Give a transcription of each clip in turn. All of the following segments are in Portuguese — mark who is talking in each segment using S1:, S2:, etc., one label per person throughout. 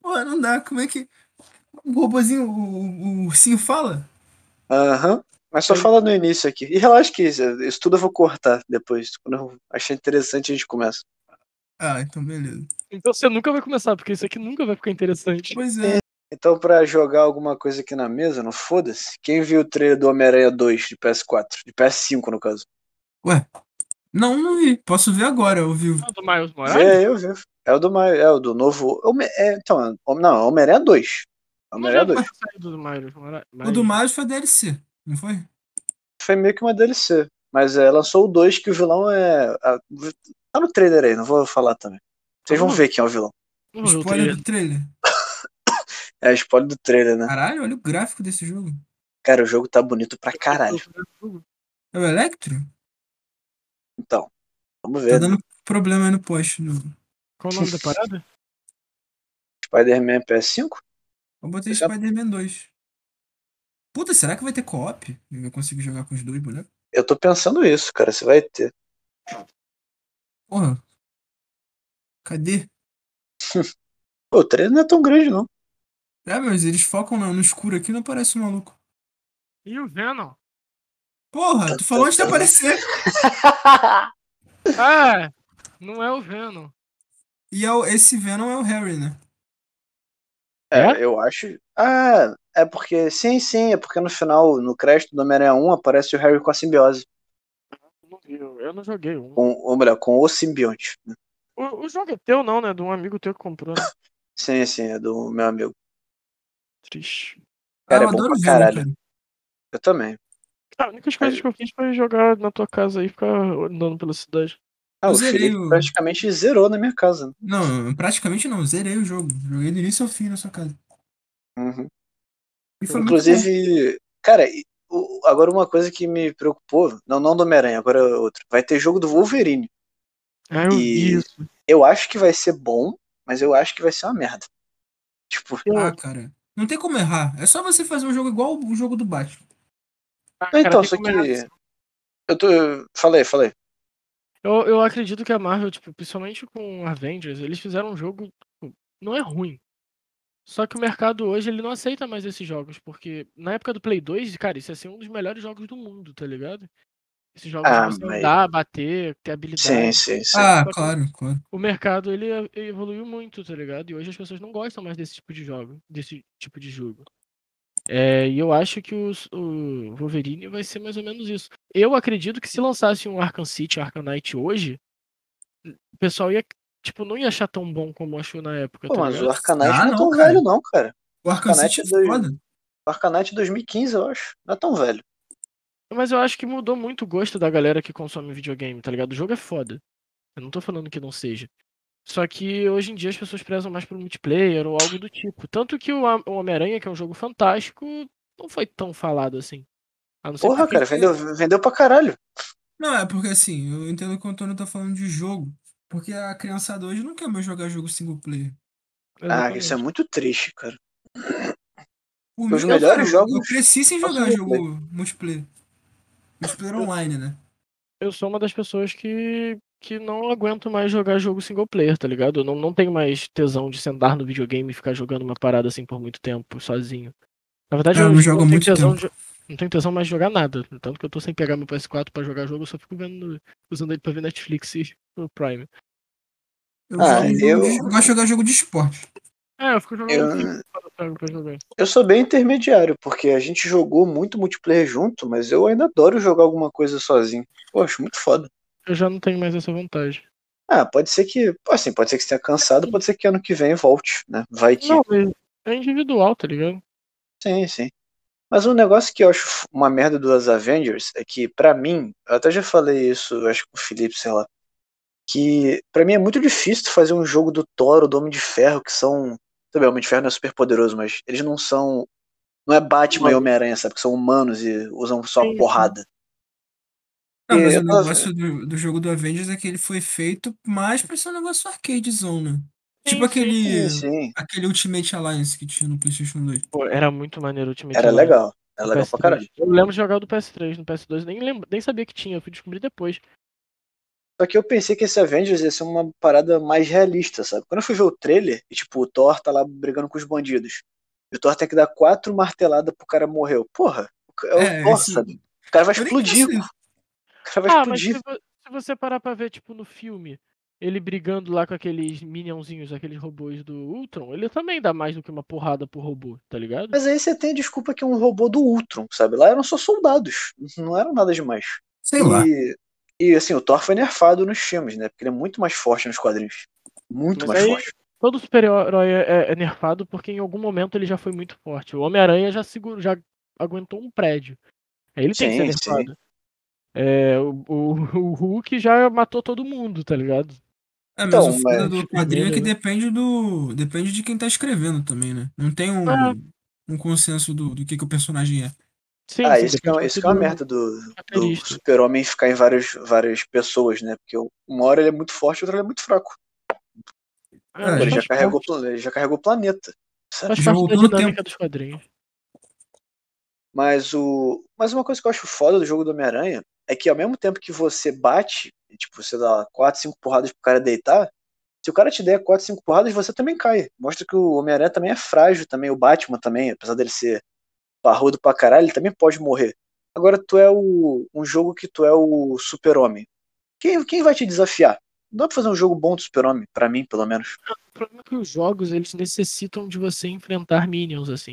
S1: Pô, não dá. Como é que. O robozinho, o, o ursinho fala?
S2: Aham. Mas só
S1: Aí-
S2: fala no início aqui. E relaxa que isso isso tudo eu vou cortar depois. Quando eu achar interessante, a gente começa.
S1: Ah, então beleza.
S3: Então você nunca vai começar, porque isso aqui nunca vai ficar interessante.
S1: Pois é.
S2: Então, pra jogar alguma coisa aqui na mesa, não foda-se. Quem viu o trailer do Homem-Aranha 2 de PS4? De PS5, no caso.
S1: Não, não vi. Posso ver agora, eu vi.
S3: Ah, Do Miles Morales?
S2: Vê, eu vi. É o do Mario, é o do novo. Home- é, então, Home- não, Homem-Aranha 2.
S3: Não já
S2: Homem-Aranha 2.
S3: tinha saído do Miles Morales.
S1: O do Miles foi DLC, não foi?
S2: Foi meio que uma DLC. Mas é, lançou o 2 que o vilão é. a- tá no trailer aí, não vou falar também. Vocês vão ver quem é o vilão.
S3: Não, eu
S1: Spoiler
S3: teria-
S1: do trailer.
S2: É spoiler do trailer, né?
S1: Caralho, olha o gráfico desse jogo.
S2: Cara, o jogo tá bonito pra caralho.
S1: É o Electro?
S2: Então, vamos
S1: Tá
S2: ver.
S1: dando problema aí no post. No...
S3: Qual o nome da parada?
S2: Spider-Man PS5?
S1: Eu botei
S2: Já-
S1: Spider-Man 2. Puta, será que vai ter co-op? Eu vou conseguir jogar com os dois bonecos?
S2: Eu tô pensando isso, cara. Você vai ter.
S1: Porra. Cadê?
S2: Pô, o trailer não é tão grande, não.
S1: É, mas eles focam no, no escuro aqui não aparece o maluco.
S3: E o Venom?
S1: Porra, tu falou antes de aparecer.
S3: Ah, não é o Venom.
S1: E é o- esse Venom é o Harry, né?
S3: É?
S2: Eu acho. Ah, é porque. Sim, sim, é porque no final, no crédito do Homem-Aranha 1, aparece o Harry com a simbiose.
S3: Não vi, Eu eu não joguei um.
S2: Com, ou melhor, com o simbionte. né?
S3: O, o jogo é teu, não, né? De um amigo teu que comprou. né?
S2: Sim, sim, é do meu amigo.
S3: Triste.
S2: Cara,
S1: eu
S2: é bom
S1: Ah, adoro
S2: pra
S1: Venom,
S2: caralho.
S1: cara.
S2: Eu também.
S3: Cara, Ah, a única coisa que eu fiz foi jogar na tua casa aí e ficar andando pela cidade.
S2: Ah,
S1: Eu
S2: o
S1: zerei
S2: Felipe
S1: o-
S2: praticamente zerou na minha casa. né?
S1: Não, praticamente não. Zerei o jogo. Joguei do início ao fim na sua casa.
S2: Uhum.
S1: E foi muito
S2: Inclusive, cara, e- o- agora uma coisa que me preocupou. Não, não do Homem-Aranha, agora é outra. Vai ter jogo do Wolverine.
S3: Ah,
S1: É,
S3: eu vi
S2: E-
S3: isso.
S2: Eu acho que vai ser bom, mas eu acho que vai ser uma merda. Tipo,
S1: bom. Ah, cara. Não tem como errar. É só você fazer um jogo igual o jogo do Batman.
S3: Ah, cara,
S2: então,
S3: tem
S2: só
S3: como
S2: que-
S3: errar isso.
S2: eu tô. eu- Falei, falei.
S3: Eu, eu acredito que a Marvel, tipo, principalmente com Avengers, eles fizeram um jogo. tipo, Não é ruim. Só que o mercado hoje ele não aceita mais esses jogos, porque na época do Play 2, cara, isso ia ser um dos melhores jogos do mundo, tá ligado? Esses jogos
S2: Ah,
S3: de você
S2: mas-
S3: andar, bater, ter habilidade.
S2: Sim, sim, sim.
S1: Ah,
S3: Só que-
S1: claro, claro.
S3: O mercado ele e- evoluiu muito, tá ligado? E hoje as pessoas não gostam mais desse tipo de jogo, desse tipo de jogo. É, e eu acho que os- o Wolverine vai ser mais ou menos isso. Eu acredito que se lançasse um Arkham City, Arkham Knight hoje, o pessoal ia, tipo, não ia achar tão bom como achou na época,
S2: Pô,
S3: tá
S2: mas o
S3: ligado?
S2: Arcanite
S1: Ah,
S2: não é
S1: não,
S2: tão
S1: cara.
S2: velho, não, cara.
S1: O Arkham City é
S2: Planeta dois.
S1: foda.
S2: O Arcanite é 2015, eu acho. Não é tão velho.
S3: Mas eu acho que mudou muito o gosto da galera que consome videogame, tá ligado? O jogo é foda. Eu não tô falando que não seja. Só que hoje em dia as pessoas prezam mais pro multiplayer ou algo do tipo. Tanto que o Am- o Homem-Aranha, que é um jogo fantástico, não foi tão falado assim. A não ser
S2: Porra,
S3: porque-
S2: cara, vendeu, vendeu pra caralho.
S1: Não, é porque assim, eu entendo que o Antônio tá falando de jogo. Porque a criançada hoje não quer mais jogar jogo single player.
S2: Ah,
S3: Exatamente.
S2: isso é muito triste, cara.
S1: Por
S2: Os
S1: mim, eu,
S2: melhores
S1: cara, eu
S2: jogos
S1: cresci sem
S2: são
S1: jogar
S2: single
S1: jogo multiplayer. Multiplayer online, né?
S3: Eu sou uma das pessoas que, que não aguento mais jogar jogo single player, tá ligado? Eu não, não tenho mais tesão de sentar no videogame e ficar jogando uma parada assim por muito tempo, sozinho. Na verdade,
S1: Ah, eu não jogo há
S3: tenho
S1: muito
S3: tesão de- não tenho tesão mais de jogar nada. Tanto que eu tô sem pegar meu PS4 pra jogar jogo, eu só fico vendo, usando ele pra ver Netflix e o Prime.
S1: Eu,
S2: Ah,
S1: jogo jogo de-
S2: eu-
S1: gosto de jogar jogo de esporte.
S3: É, eu fico jogando
S2: Eu,
S3: FIFA quando eu pego pra jogar.
S2: eu sou bem intermediário, porque a gente jogou muito multiplayer junto, mas eu ainda adoro jogar alguma coisa sozinho. Pô, acho muito foda.
S3: Eu já não tenho mais essa vontade.
S2: Ah, pode ser que. pô, Assim, pode ser que você tenha cansado, pode ser que ano que vem volte, né? Vai que.
S3: Não, mas é individual, tá ligado?
S2: Sim, sim. Mas um negócio que eu acho f- uma merda dos Avengers é que, pra mim, eu até já falei isso, eu acho que com o Felipe, sei lá, que pra mim é muito difícil tu fazer um jogo do Thor ou do Homem de Ferro, que são. Tudo bem, o Homem de Ferro não é super poderoso, mas eles não são. Não é Batman e Homem-Aranha, sabe? Que são humanos e usam só
S3: Sim, sim.
S2: porrada.
S1: Não, mas
S2: E-
S1: o negócio do, do jogo do Avengers é que ele foi feito mais pra ser um negócio arcade zone, né? Tipo
S3: Sim, sim,
S1: aquele,
S2: Sim,
S1: aquele Ultimate Alliance que tinha no PlayStation 2.
S3: Pô, era muito maneiro o time
S2: era legal. Era legal pra caralho.
S3: Eu lembro de jogar o do PS3, no PS2, nem, lembro, nem sabia que tinha, eu fui descobrir depois.
S2: Só que eu pensei que esse Avengers ia ser uma parada mais realista, sabe? Quando eu fui ver o trailer, e, tipo, o Thor tá lá brigando com os bandidos. E o Thor tem que dar quatro marteladas pro cara morrer. Porra, é o
S1: É,
S2: Thor,
S1: esse-
S2: sabe? O cara vai
S1: Eu nem
S2: explodir.
S1: consigo.
S2: O cara vai
S3: Ah, mas se,
S2: explodir.
S3: vo- se você parar pra ver, tipo, no filme, ele brigando lá com aqueles minionzinhos, aqueles robôs do Ultron, ele também dá mais do que uma porrada pro robô, tá ligado?
S2: Mas aí você tem a desculpa que é um robô do Ultron, sabe? Lá eram só soldados. Não eram nada demais.
S1: Sei lá.
S2: E, e, assim, o Thor foi nerfado nos filmes, né? Porque ele é muito mais forte nos quadrinhos. Muito
S3: Mas
S2: mais
S3: aí-
S2: forte.
S3: Todo super-herói é, é nerfado porque em algum momento ele já foi muito forte. O Homem-Aranha já, segura- já aguentou um prédio. Aí ele tem que
S2: Sim,
S3: ser
S2: sim.
S3: nerfado. É, o, o- o Hulk já matou todo mundo, tá ligado?
S1: É, mas
S2: Então,
S1: o foda
S2: mas-
S1: do quadrinho é que
S3: Beleza.
S1: depende do. Depende de quem tá escrevendo também, né? Não tem um,
S3: Ah.
S1: um consenso do, do que, que o personagem é.
S3: Sim,
S2: Ah,
S3: sim,
S2: isso que é,
S3: depende
S2: isso
S3: muito
S2: que é uma
S3: do
S2: merda do, do
S3: roteirista.
S2: super-homem ficar em várias, várias pessoas, né? Porque uma hora ele é muito forte, outra ele é muito fraco.
S3: É,
S1: É,
S2: Pô,
S3: mas
S2: ele, já
S3: faz
S2: carregou,
S3: parte-
S2: pla- ele já carregou o planeta. sabe?
S1: Já
S3: Faz parte da
S1: voltou no
S3: Tá dinâmica dos quadrinhos.
S2: Mas o. Mas uma coisa que eu acho foda do jogo do Homem-Aranha é que ao mesmo tempo que você bate, e, tipo, você dá 4, 5 porradas pro cara deitar, se o cara te der 4, 5 porradas, você também cai. Mostra que o Homem-Aranha também é frágil, também o Batman também, apesar dele ser parrudo pra caralho, ele também pode morrer. Agora tu é o. um jogo que tu é o super-homem. Quem, quem vai te desafiar? Não dá pra fazer um jogo bom do super-homem, pra mim, pelo menos.
S3: O problema é que os jogos, eles necessitam de você enfrentar minions, assim.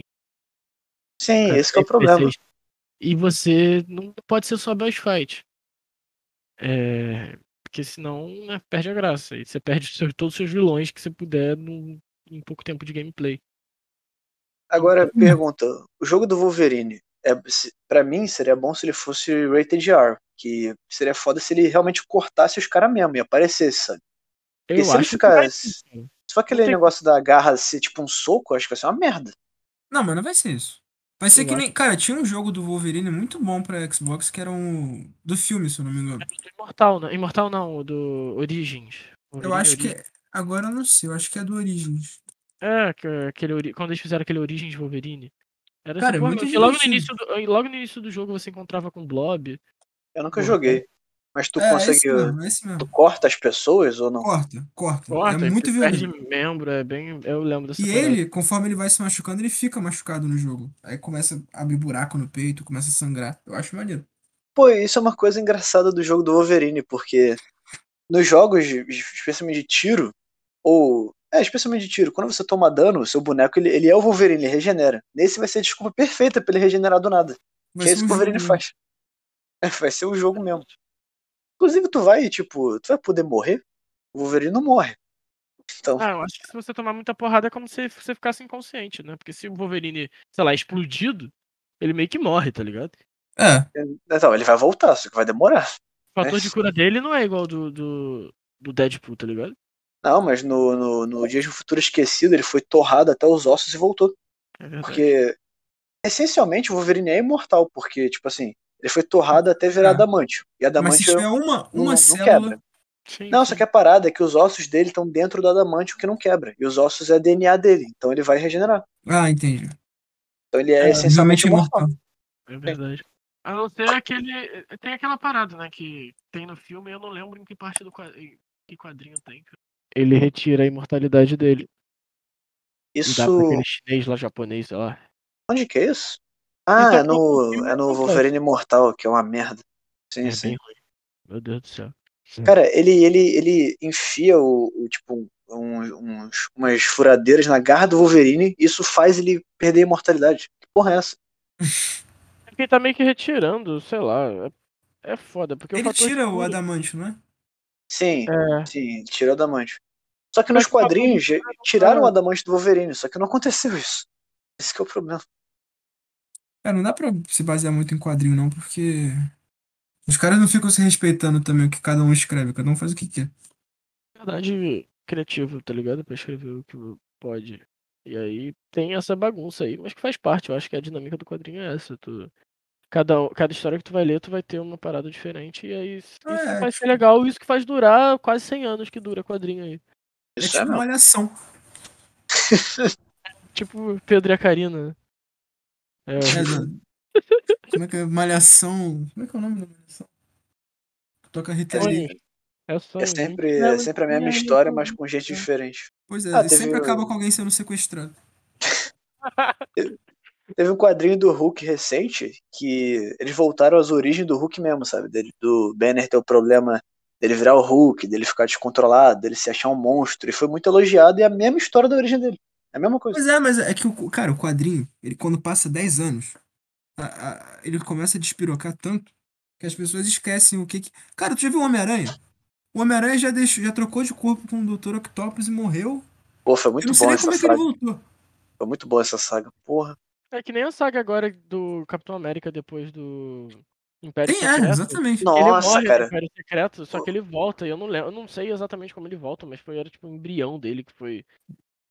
S2: Sim,
S3: cara,
S2: esse que é o
S3: NPCs.
S2: problema.
S3: E você não pode ser só boss fight. É, Porque senão né, perde a graça. E você perde os seus- todos os seus vilões que você puder num- em pouco tempo de gameplay.
S2: Agora,
S1: Hum.
S2: pergunta: o jogo do Wolverine, é, se- pra mim, seria bom se ele fosse rated R. Que seria foda se ele realmente cortasse os caras mesmo e aparecesse, sabe?
S3: Eu
S2: E se ele
S3: acho
S2: ficar-
S3: que é vai ser, cara.
S2: Só aquele
S3: Não tem-
S2: negócio da garra ser tipo um soco, eu acho que vai ser uma merda.
S1: Não, mas não vai ser isso. Vai ser
S3: Eu
S1: que nem. Cara, tinha um jogo do Wolverine muito bom pra Xbox que era um. Do filme, se eu não me engano.
S3: Do Imortal, né? Imortal não, o do Origins.
S1: Eu acho que. é- Agora eu não sei, eu acho que é do Origins.
S3: É, que- aquele, ori- quando eles fizeram aquele Origins Wolverine. Era
S1: Cara,
S3: assim,
S1: é
S3: pô,
S1: muito
S3: meu, que logo no, início
S1: divertido.
S3: do, aí logo no início do jogo você encontrava com o Blob.
S2: Eu nunca
S3: Porra,
S2: joguei. Mas tu
S1: Uhum. é, é
S2: consegue.
S1: esse mesmo, é esse mesmo.
S2: Tu corta as pessoas ou não?
S1: Corta, corta.
S3: Corta,
S1: é
S3: aí
S1: muito
S3: você
S1: violento.
S3: perde membro, é bem. Eu lembro dessa
S1: E
S3: parada.
S1: ele, conforme ele vai se machucando, ele fica machucado no jogo. Aí começa a abrir buraco no peito, começa a sangrar. Eu acho maneiro.
S2: Pô, isso é uma coisa engraçada do jogo do Wolverine, porque nos jogos, de- especialmente de tiro, ou. É, especialmente de tiro, quando você toma dano, o seu boneco ele, ele é o Wolverine, ele regenera. Nesse vai ser a desculpa perfeita pra ele regenerar do nada.
S1: Vai
S2: Que
S1: ser
S2: é isso
S1: um
S2: que o Wolverine
S1: jogo,
S2: faz. É, vai ser o jogo mesmo. Inclusive, tu vai, tipo, tu vai poder morrer? O Wolverine não morre. Então,
S3: Ah, eu acho que se você tomar muita porrada é como se você ficasse inconsciente, né? Porque se o Wolverine, sei lá, é explodido, ele meio que morre, tá ligado?
S1: É.
S2: então, ele vai voltar, só que vai demorar.
S3: O fator de cura dele não é igual ao do, do, do Deadpool, tá ligado?
S2: Não, mas no, no, no Dias do Futuro Esquecido, ele foi torrado até os ossos e voltou.
S1: Uhum.
S3: É verdade.
S2: Porque, essencialmente, o Wolverine é imortal, porque, tipo assim, ele foi torrado até virar
S1: É.
S2: adamante.
S1: Mas se
S2: E adamante é-
S1: tiver uma,
S2: não-
S1: uma
S2: não
S1: célula.
S2: quebra.
S3: Sim,
S2: Não,
S3: sim.
S2: só que a parada é que os ossos dele estão dentro do adamante, o que não quebra. E os ossos é DNA dele, então ele vai regenerar.
S1: Ah, entendi.
S2: Então ele é,
S1: É,
S2: essencialmente
S1: realmente
S2: imortal.
S1: imortal.
S3: É verdade. A não ser aquele. Tem aquela parada, né? Que tem no filme, eu não lembro em que parte do quadrinho, que quadrinho tem. cara. Ele retira a imortalidade dele. E dá pra
S2: Isso.
S3: aquele chinês lá japonês, sei lá.
S2: Onde que é isso? Ah,
S3: Isso
S2: é
S3: é pouco
S2: no,
S3: filme,
S2: é no
S3: não
S2: Wolverine Imortal, que é uma merda. Sim,
S3: É
S2: sim.
S3: bem ruim. Meu Deus do céu.
S2: Cara, ele, ele, ele enfia o, o, tipo, um- uns- umas furadeiras na garra do Wolverine, isso faz ele perder a imortalidade. Que porra é essa?
S3: É porque tá meio que retirando, sei lá. É, é foda,
S2: um
S3: porque o
S1: Ele
S3: fator de
S1: tira o
S3: cura-
S1: adamante, não é?
S2: Sim,
S3: É.
S2: sim, ele tirou o Adamante. Só que
S3: Mas
S2: nos
S3: o fator de
S2: quadrinhos
S3: cura
S2: eh,
S3: não
S2: tiraram
S3: tá-
S2: o Adamante do Wolverine, só que não aconteceu isso. Esse que é o problema.
S1: É, não dá pra se basear muito em quadrinho, não, porque. Os caras não ficam se respeitando também o que cada um escreve, cada um faz o que quer.
S3: liberdade criativa, tá ligado? Pra escrever o que pode. E aí tem essa bagunça aí, mas que faz parte, eu acho que a dinâmica do quadrinho é essa. Tu... Cada, um- cada história que tu vai ler, tu vai ter uma parada diferente, e aí isso
S1: É,
S3: que faz ser
S1: tipo-
S3: legal, isso que faz durar quase 100 anos que dura quadrinho aí.
S1: É
S2: Isso
S1: tipo
S2: é
S1: uma
S2: mesmo.
S1: malhação.
S3: Tipo Pedro e a Karina. né? É,
S1: É, da- Como é que é? Malhação. Como é que é o nome da malhação? Toca Rita Lee.
S3: Tony, É, só
S2: É
S3: isso.
S2: sempre,
S1: Não,
S2: é
S1: mas
S2: sempre a
S1: e
S2: mesma
S1: aí,
S2: história,
S1: pô?
S2: mas com gente diferente.
S1: Pois é,
S2: Ah, teve
S1: sempre
S2: o-
S1: acaba com alguém sendo sequestrado.
S2: Teve um quadrinho do Hulk recente que eles voltaram às origens do Hulk mesmo, sabe? Dele- do Banner ter o problema dele virar o Hulk, dele ficar descontrolado, dele se achar um monstro. E foi muito elogiado e é a mesma história da origem dele. É a mesma coisa.
S1: Pois é, mas é que, o, cara, o quadrinho, ele quando passa 10 anos, a- a- ele começa a despirocar tanto que as pessoas esquecem o que que... Cara, tu já viu o Homem-Aranha? O Homem-Aranha já, deixou, já trocou de corpo com o Dr. Octopus e morreu.
S2: Pô, foi
S1: Eu não
S2: muito
S1: sei
S2: bom
S1: nem como
S2: essa
S1: é que ele
S2: saga.
S1: voltou.
S2: Foi muito boa essa saga. Porra.
S3: É que nem a saga agora do Capitão América depois do Império
S1: Tem,
S3: Secreto.
S1: é, exatamente.
S3: Ele
S2: Nossa,
S1: né?
S3: morre no
S2: cara.
S3: Império Secreto, só que ele volta. e Eu não lembro, eu não sei exatamente como ele volta, mas foi era tipo um embrião dele que foi,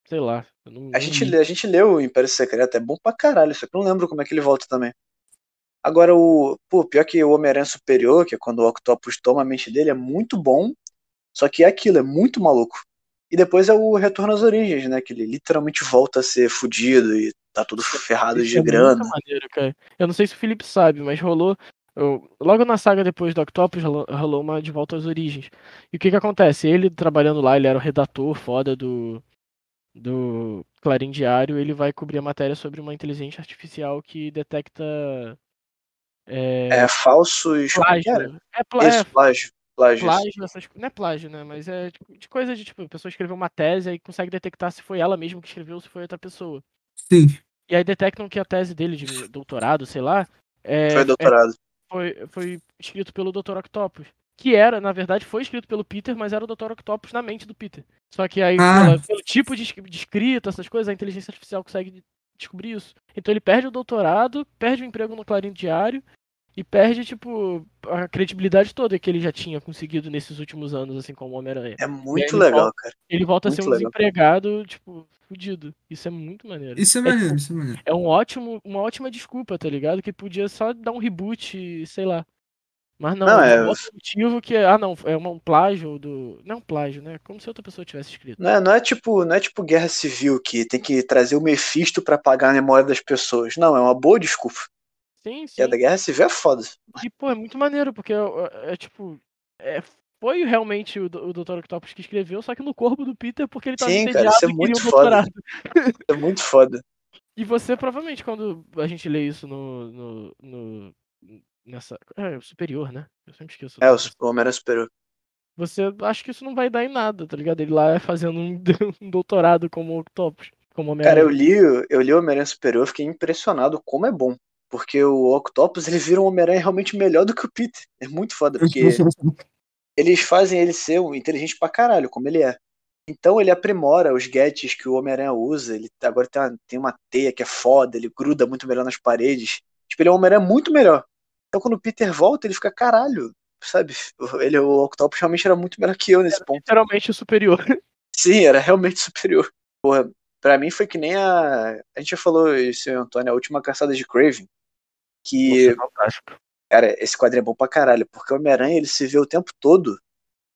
S3: sei lá. eu não-
S2: A
S3: não
S2: gente,
S3: lembro.
S2: lê- a gente leu o Império Secreto, é bom pra caralho, só que eu não lembro como é que ele volta também. Agora, o. Pô, pior que o Homem-Aranha Superior, que é quando o Octopus toma a mente dele, é muito bom. Só que é aquilo, é muito maluco. E depois é o Retorno às Origens, né? Que ele literalmente volta a ser fudido e tá tudo ferrado
S3: Isso
S2: de
S3: é
S2: grana.
S3: muito maneiro, cara. Eu não sei se o Felipe sabe, mas rolou. eu- Logo na saga depois do Octopus, rolou rolou uma de volta às origens. E o que que acontece? Ele trabalhando lá, ele era o redator foda do, do Clarim Diário. Ele vai cobrir a matéria sobre uma inteligência artificial que detecta. É,
S2: É falso e. Cara,
S3: plágio. É, plá-
S2: Isso, plágio. Plágio. isso.
S3: plágio, essas co- Não é plágio, né? Mas é tipo, de coisa de tipo, a pessoa escreveu uma tese e consegue detectar se foi ela mesma que escreveu ou se foi outra pessoa.
S1: Sim.
S3: E aí detectam que a tese dele de doutorado, sei lá, é,
S2: Foi
S3: é-
S2: doutorado.
S3: foi, foi escrito pelo Dr. Octopus. Que era, na verdade, foi escrito pelo Peter, mas era o Dr. Octopus na mente do Peter. Só que aí,
S1: Ah.
S3: pela- pelo tipo de, es- de escrita, essas coisas, a inteligência artificial consegue de- descobrir isso. Então ele perde o doutorado, perde o emprego no Clarim Diário e perde, tipo, a credibilidade toda que ele já tinha conseguido nesses últimos anos, assim, como Homem-Aranha.
S2: É muito
S3: ele
S2: legal,
S3: volta-
S2: cara.
S3: Ele volta a ser um
S2: Muito legal.
S3: desempregado, tipo, fudido. Isso é muito maneiro
S1: Isso é maneiro, isso é maneiro.
S3: é um ótimo, uma ótima desculpa, tá ligado? Que podia só dar um reboot, sei lá. Mas não,
S2: Não,
S3: é
S2: é-
S3: um outro motivo que é, ah não, é uma- um plágio do, não é um plágio, né? Como se outra pessoa tivesse escrito.
S2: Não é, não é tipo, não é tipo guerra civil que tem que trazer o Mephisto pra pagar a memória das pessoas. Não, é uma boa desculpa.
S3: Sim, sim.
S2: E a da guerra civil é foda.
S3: E pô, é muito maneiro porque é, é, tipo, é, foi realmente o, do- o Dr. Octopus que escreveu, só que no corpo do Peter porque ele tava
S2: Sim, cara,
S3: entediado
S2: isso é
S3: e queria
S2: muito
S3: um
S2: foda.
S3: doutorado.
S2: É muito foda.
S3: E você provavelmente quando a gente lê isso no, no, no nessa, é, superior, né? Eu sempre esqueço. o
S2: É, o
S3: nome dessa-
S2: Homem-Aranha superou.
S3: Você acha que isso não vai dar em nada, tá ligado? Ele lá fazendo um, um doutorado como Octopus, como
S2: Cara, eu
S3: Homem-Aranha.
S2: li, eu li o Homem-Aranha Superior, eu fiquei impressionado como é bom. Porque o Octopus, ele vira um Homem-Aranha realmente melhor do que o Peter. É muito foda, porque eles fazem ele ser um inteligente pra caralho, como ele é. Então ele aprimora os gadgets que o Homem-Aranha usa, ele agora tem uma, tem uma teia que é foda, ele gruda muito melhor nas paredes. Tipo, ele é um Homem-Aranha muito melhor. Então quando o Peter volta, ele fica caralho, sabe? Ele, o Octopus realmente era muito melhor que eu nesse ponto.
S3: Literalmente o superior.
S2: Sim, era realmente superior. Porra, pra mim foi que nem a. A gente já falou isso, Antônio, a última caçada de Craven. Que,
S3: Nossa, fantástico.
S2: cara, esse quadrinho é bom pra caralho, porque o Homem-Aranha ele se vê o tempo todo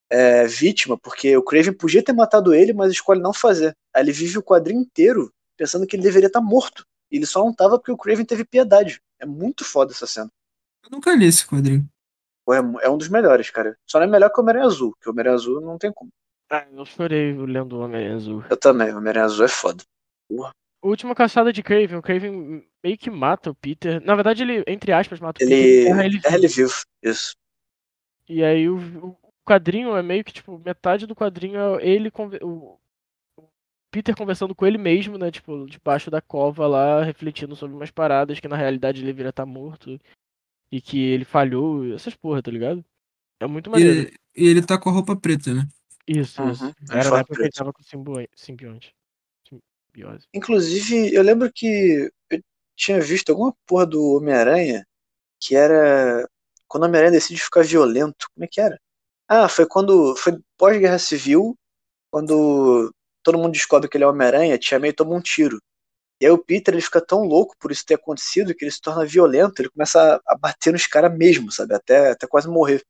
S2: é, vítima, porque o Craven podia ter matado ele, mas escolhe não fazer. Aí ele vive o quadrinho inteiro pensando que ele deveria estar morto. E ele só não tava porque o Craven teve piedade. É muito foda essa cena.
S1: Eu nunca li esse quadrinho.
S2: Pô, é, mu- é um dos melhores, cara. Só não é melhor que o Homem-Aranha Azul, que o Homem-Aranha Azul não tem como.
S3: Ah, eu chorei lendo o Homem-Aranha Azul.
S2: Eu também, o Homem-Aranha Azul é foda.
S3: O último caçada de Craven, o Craven meio que mata o Peter. Na verdade, ele, entre aspas, mata o Peter.
S2: Ele.
S3: enterra ele
S2: É
S3: vivo.
S2: ele vivo, isso.
S3: E aí o, o quadrinho é meio que, tipo, metade do quadrinho é ele conver- o, o Peter conversando com ele mesmo, né? Tipo, debaixo da cova lá, refletindo sobre umas paradas que na realidade ele deveria estar morto e que ele falhou, essas porra, tá ligado? É
S1: E
S3: muito maneiro.
S1: ele, e ele tá com a roupa preta, né?
S3: Isso,
S2: Uhum,
S3: isso.
S2: é
S3: Era
S2: forte
S3: na época que ele
S2: preto.
S3: tava com simbio- simbionte. Simbiose.
S2: Inclusive, eu lembro que eu tinha visto alguma porra do Homem-Aranha que era. Quando o Homem-Aranha decide ficar violento. Como é que era? Ah, foi quando. Foi pós-guerra civil, quando todo mundo descobre que ele é Homem-Aranha, a Tia May toma um tiro. E aí o Peter ele fica tão louco por isso ter acontecido que ele se torna violento, ele começa a a bater nos caras mesmo, sabe? Até, até quase morrer.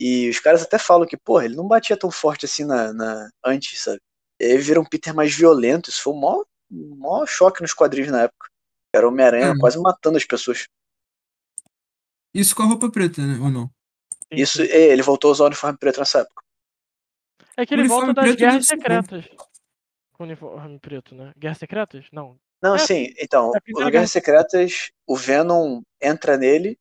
S2: E os caras até falam que, porra, ele não batia tão forte assim na, na- antes, sabe? E aí vira um Peter mais violento. Isso foi o maior, o maior choque nos quadrinhos na época. Era
S3: Uhum.
S2: o Homem-Aranha
S1: Hum.
S2: quase matando as pessoas.
S1: Isso com a roupa preta, né? Ou não?
S3: Sim,
S2: Isso,
S3: sim.
S2: é, ele voltou a usar o uniforme preto nessa época.
S3: É que ele volta
S1: Uniforme
S3: das
S1: preto
S3: guerras
S1: desse mundo.
S3: secretas. Com uniforme preto, né? Guerras secretas? Não.
S2: Não,
S3: É,
S2: sim, então,
S3: é a
S2: no
S3: primeira
S2: Guerra
S3: guerra-
S2: Secretas, o Venom entra nele,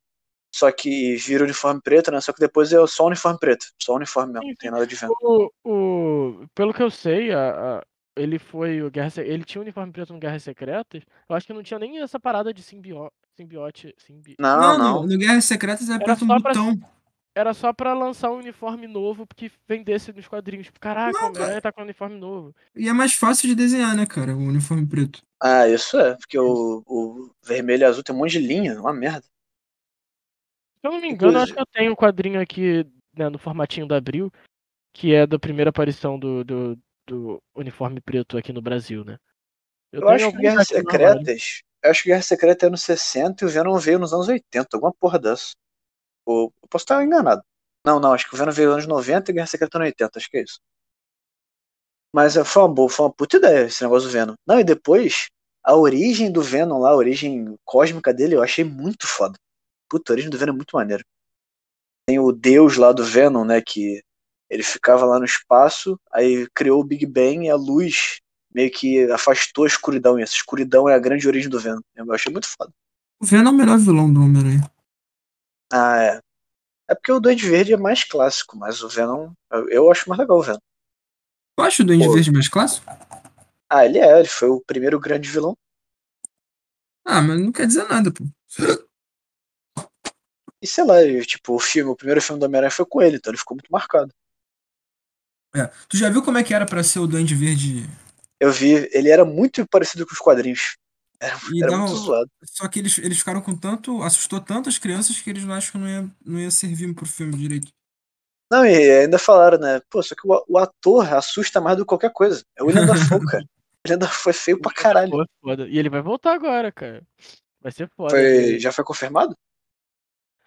S2: só que vira o uniforme preto, né? Só que depois é só o uniforme preto, só o uniforme mesmo,
S3: Sim,
S2: não
S3: sim.
S2: tem nada de Venom.
S3: O, o- pelo que eu sei, a- a- ele foi o Guerra Se- ele tinha o uniforme preto no Guerras Secretas. Eu acho que não tinha nem essa parada de simbio, simbiote, simbi-
S2: Não,
S1: no-
S2: Ah, não.
S1: No Guerras Secretas aperta um
S3: só pra-
S1: botão.
S3: Era só pra lançar um uniforme novo que vendesse nos quadrinhos. Tipo, caraca,
S1: Não,
S3: o Homem-Aranha tá com um uniforme novo.
S1: E é mais fácil de desenhar, né, cara? O uniforme preto.
S2: Ah, isso é, porque o, o vermelho e azul tem um monte de linha, uma merda.
S3: Se eu não me engano, eu acho
S2: Inclusive-
S3: que eu tenho o quadrinho aqui, né, no formatinho da Abril, que é da primeira aparição do, do, do uniforme preto aqui no Brasil, né?
S2: Eu
S3: tenho
S2: acho que
S3: alguns
S2: Guerra
S3: aqui no armário.
S2: Secretas. Eu acho que Guerra Secreta é anos 60 e o Venom veio nos anos 80, alguma porra dessa. Ou, eu posso estar enganado. Não, não, acho que o Venom veio nos anos 90 e Guerra Secreta nos 80, acho que é isso. Mas é, foi uma boa, foi uma puta ideia esse negócio do Venom. Não, e depois, a origem do Venom lá, a origem cósmica dele, eu achei muito foda. Puta, a origem do Venom é muito maneiro. Tem o deus lá do Venom, né, que ele ficava lá no espaço, aí criou o Big Bang e a luz meio que afastou a escuridão. E essa escuridão é a grande origem do Venom. né? Eu achei muito foda.
S1: O Venom é o melhor vilão do Homem-Aranha.
S2: Ah, é. É porque o Duende Verde é mais clássico, mas o Venom, eu- eu acho mais legal o Venom.
S1: Tu acha o Duende
S2: Pô.
S1: Verde mais clássico?
S2: Ah, ele é, ele foi o primeiro grande vilão.
S1: Ah, mas não quer dizer nada, pô.
S2: E sei lá, eu, tipo, o filme, o primeiro filme do Homem-Aranha foi com ele, então ele ficou muito marcado.
S1: É, Tu já viu como é que era pra ser o Duende Verde?
S2: Eu vi, ele era muito parecido com os quadrinhos.
S1: E
S2: Era
S1: dá
S2: muito
S1: um-
S2: zoado.
S1: Só que eles, eles ficaram com tanto. Assustou tanto as crianças que eles não acham que não ia, não ia servir pro filme direito.
S2: Não, e ainda falaram, né? Pô, só que o, o ator assusta mais do que qualquer coisa. É o William Dafoe, cara. O William Dafoe é feio pra caralho.
S3: Pô, foda. E ele vai voltar agora, cara. Vai ser foda.
S2: Foi,
S3: velho.
S2: já foi confirmado?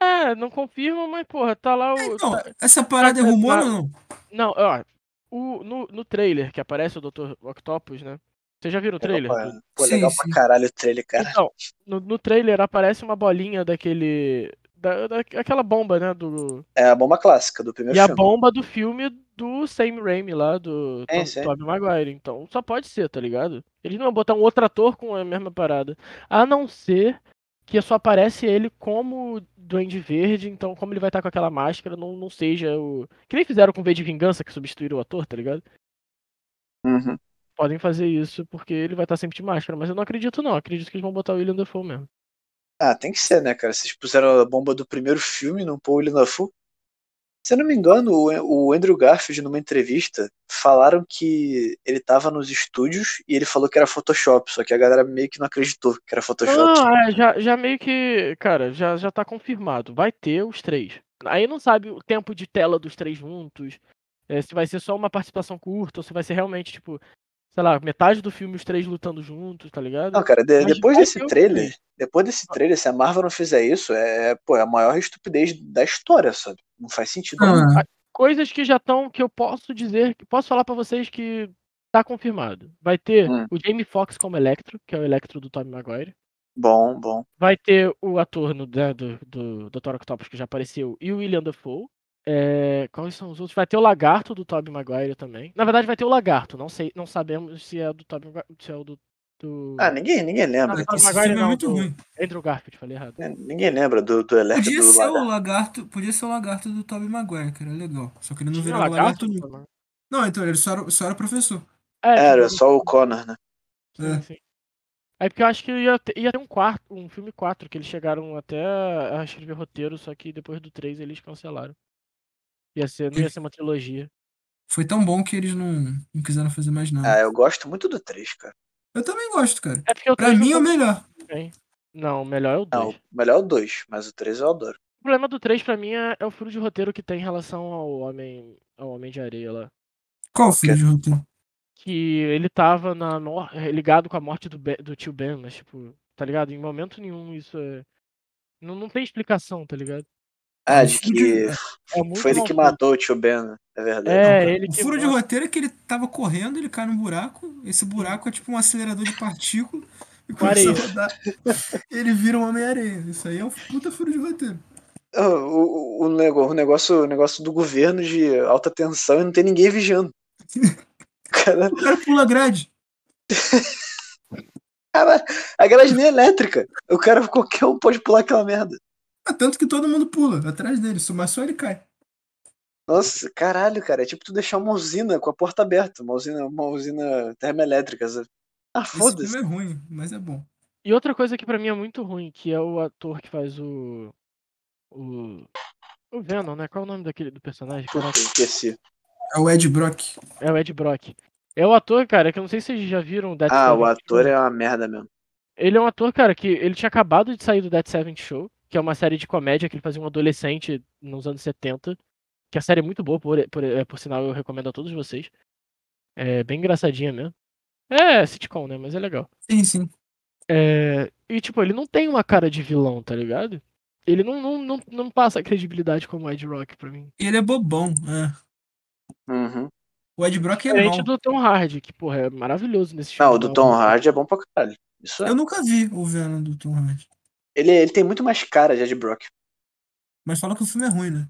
S3: É, não confirma, mas porra, tá lá o.
S1: Então,
S3: tá-
S1: essa parada é
S3: tá-
S1: rumor
S3: tá-
S1: ou não?
S3: Não, ó. O, no, no trailer que aparece o Dr. Octopus, né? Vocês já viram o trailer?
S2: Opa, Pô, é
S1: Sim,
S2: legal
S1: sim.
S2: pra caralho o trailer, cara.
S3: Então, no, no trailer aparece uma bolinha daquele. Da, da, aquela bomba, né? Do,
S2: É a bomba clássica do primeiro
S3: e a
S2: filme.
S3: bomba do filme é do Sam Raimi lá, do
S2: É,
S3: Tom-
S2: sim.
S3: Tobey Maguire. Então, só pode ser, tá ligado? Eles não vão botar um outro ator com a mesma parada. A não ser que só aparece ele como Duende Verde, então como ele vai estar com aquela máscara, não, não seja o... Que nem fizeram com o V de Vingança, que substituíram o ator, tá ligado?
S2: Uhum.
S3: Podem fazer isso, porque ele vai estar sempre de máscara. Mas eu não acredito não, acredito que eles vão botar o William Dafoe mesmo.
S2: Ah, tem que ser, né, cara? Vocês puseram a bomba do primeiro filme no Paul Linafu. Se eu não me engano, o o Andrew Garfield, numa entrevista, falaram que ele tava nos estúdios e ele falou que era Photoshop, só que a galera meio que não acreditou que era Photoshop.
S3: Não, é, já, já meio que. Cara, já, já tá confirmado. Vai ter os três. Aí não sabe o tempo de tela dos três juntos. é, se vai ser só uma participação curta, ou se vai ser realmente, tipo, sei lá, metade do filme os três lutando juntos, tá ligado?
S2: Não, cara, de-
S3: Mas é
S2: depois
S3: vai
S2: desse
S3: ter os
S2: trailer,
S3: três.
S2: depois desse trailer, se a Marvel não fizer isso, é, pô, é a maior estupidez da história, sabe? Não faz sentido nenhum.
S1: Ah,
S3: Coisas que já estão, que eu posso dizer, que posso falar pra vocês que tá confirmado. Vai ter
S2: Hum.
S3: o Jamie Foxx como Electro, que é o Electro do Tommy Maguire.
S2: Bom, bom.
S3: Vai ter o ator no, né, do, do Dr. Octopus que já apareceu e o William Dafoe. É, quais são os outros? Vai ter o Lagarto do Tobey Maguire também. Na verdade, vai ter o Lagarto. Não sei, não sabemos se é do Tobey Maguire, se é o do, do
S2: Ah, ninguém, ninguém lembra.
S3: Ah,
S1: esse
S3: Maguire
S1: filme é
S3: não,
S1: muito
S3: do-
S1: ruim.
S3: Andrew Garfield, falei errado.
S2: Ninguém lembra do, do Electro
S1: Podia
S2: do
S1: ser o
S2: Lagarto.
S1: lagarto, podia ser o lagarto do Tobey Maguire, cara, é legal. Só que ele não
S3: Tinha
S1: virou o lagarto
S3: do
S1: nunca.
S3: Tobey Maguire?
S1: Não, então, ele só era, só era professor.
S3: É, tinha
S2: Era
S3: o-
S2: só o Connor, né?
S3: sim, sim. É porque eu acho que ia ter, ia ter um quarto, um filme 4, que eles chegaram até a escrever roteiro, só que depois do 3 eles cancelaram. Ia ser, não ia ser uma trilogia.
S1: Foi tão bom que eles não, não quiseram fazer mais nada.
S2: Ah, eu gosto muito do 3, cara.
S1: Eu também gosto, cara.
S3: É porque o
S1: Pra
S3: três não
S1: mim é o
S3: foi-
S1: melhor.
S3: Não, o melhor é o 2.
S2: Não, o melhor é o 2, mas o 3 eu adoro.
S3: O problema do 3 pra mim é, é o furo de roteiro que tem em relação ao homem, ao homem de areia lá.
S1: Qual filho de roteiro?
S3: Que ele tava na mor- ligado com a morte do, Ben- do tio Ben, mas tipo, tá ligado? Em momento nenhum isso é. Não, não tem explicação, tá ligado?
S2: Ah,
S1: o
S2: de
S1: furo
S2: que
S1: de-
S3: É muito
S2: foi ele
S3: mal
S2: que
S3: feito.
S2: matou o tio Ben, né? é verdade.
S3: É,
S1: cara,
S3: ele
S1: o
S3: que
S1: furo de
S3: mostra-
S1: roteiro é que ele tava correndo, ele cai num buraco. Esse buraco é tipo um acelerador de partícula e
S3: Com areia.
S1: começa a rodar. Ele vira um Homem-Areia. Isso aí é um puta furo de roteiro.
S2: O, o, o nego- o negócio, o negócio do governo de alta tensão e não tem ninguém vigiando. Cara,
S1: O cara pula grade.
S2: cara, a grade nem é elétrica. O cara, qualquer um pode pular aquela merda.
S1: Ah, tanto que todo mundo pula atrás dele, só- mas só ele cai.
S2: Nossa, caralho, cara. É tipo tu deixar uma usina com a porta aberta. Uma usina, uma usina termoelétrica. sabe? Ah,
S1: Esse
S2: foda-se.
S1: filme é ruim, mas é bom.
S3: E outra coisa que pra mim é muito ruim, que é o ator que faz o. O. O Venom, né? Qual é o nome daquele do personagem?
S2: Puta,
S3: Caraca,
S2: esqueci.
S1: É o Ed Brock.
S3: É o Ed Brock. É o ator, cara, que eu não sei se vocês já viram o Dead
S2: Ah, o
S3: Seventh
S2: ator
S3: Show.
S2: é uma merda mesmo.
S3: Ele é um ator, cara, que ele tinha acabado de sair do Dead Seventh Show, que é uma série de comédia que ele fazia um adolescente nos anos 70. Que a série é muito boa, por, por, é, por sinal, eu recomendo a todos vocês. É bem engraçadinha mesmo. É sitcom, né? Mas é legal.
S1: Sim, sim.
S3: É, e, tipo, ele não tem uma cara de vilão, tá ligado? Ele não, não, não, não passa credibilidade como Ed Rock pra mim.
S1: E ele é bobão. é.
S2: Uhum.
S1: O Ed Brock é
S3: Diferente
S1: mau.
S3: do Tom Hardy, que, porra, é maravilhoso nesse filme. né?
S2: Não, o do Tom Hardy é bom pra caralho. Isso é.
S1: Eu nunca vi o Venom do Tom Hardy.
S2: Ele, ele tem muito mais cara de Ed Brock.
S1: Mas fala que o filme é ruim, né?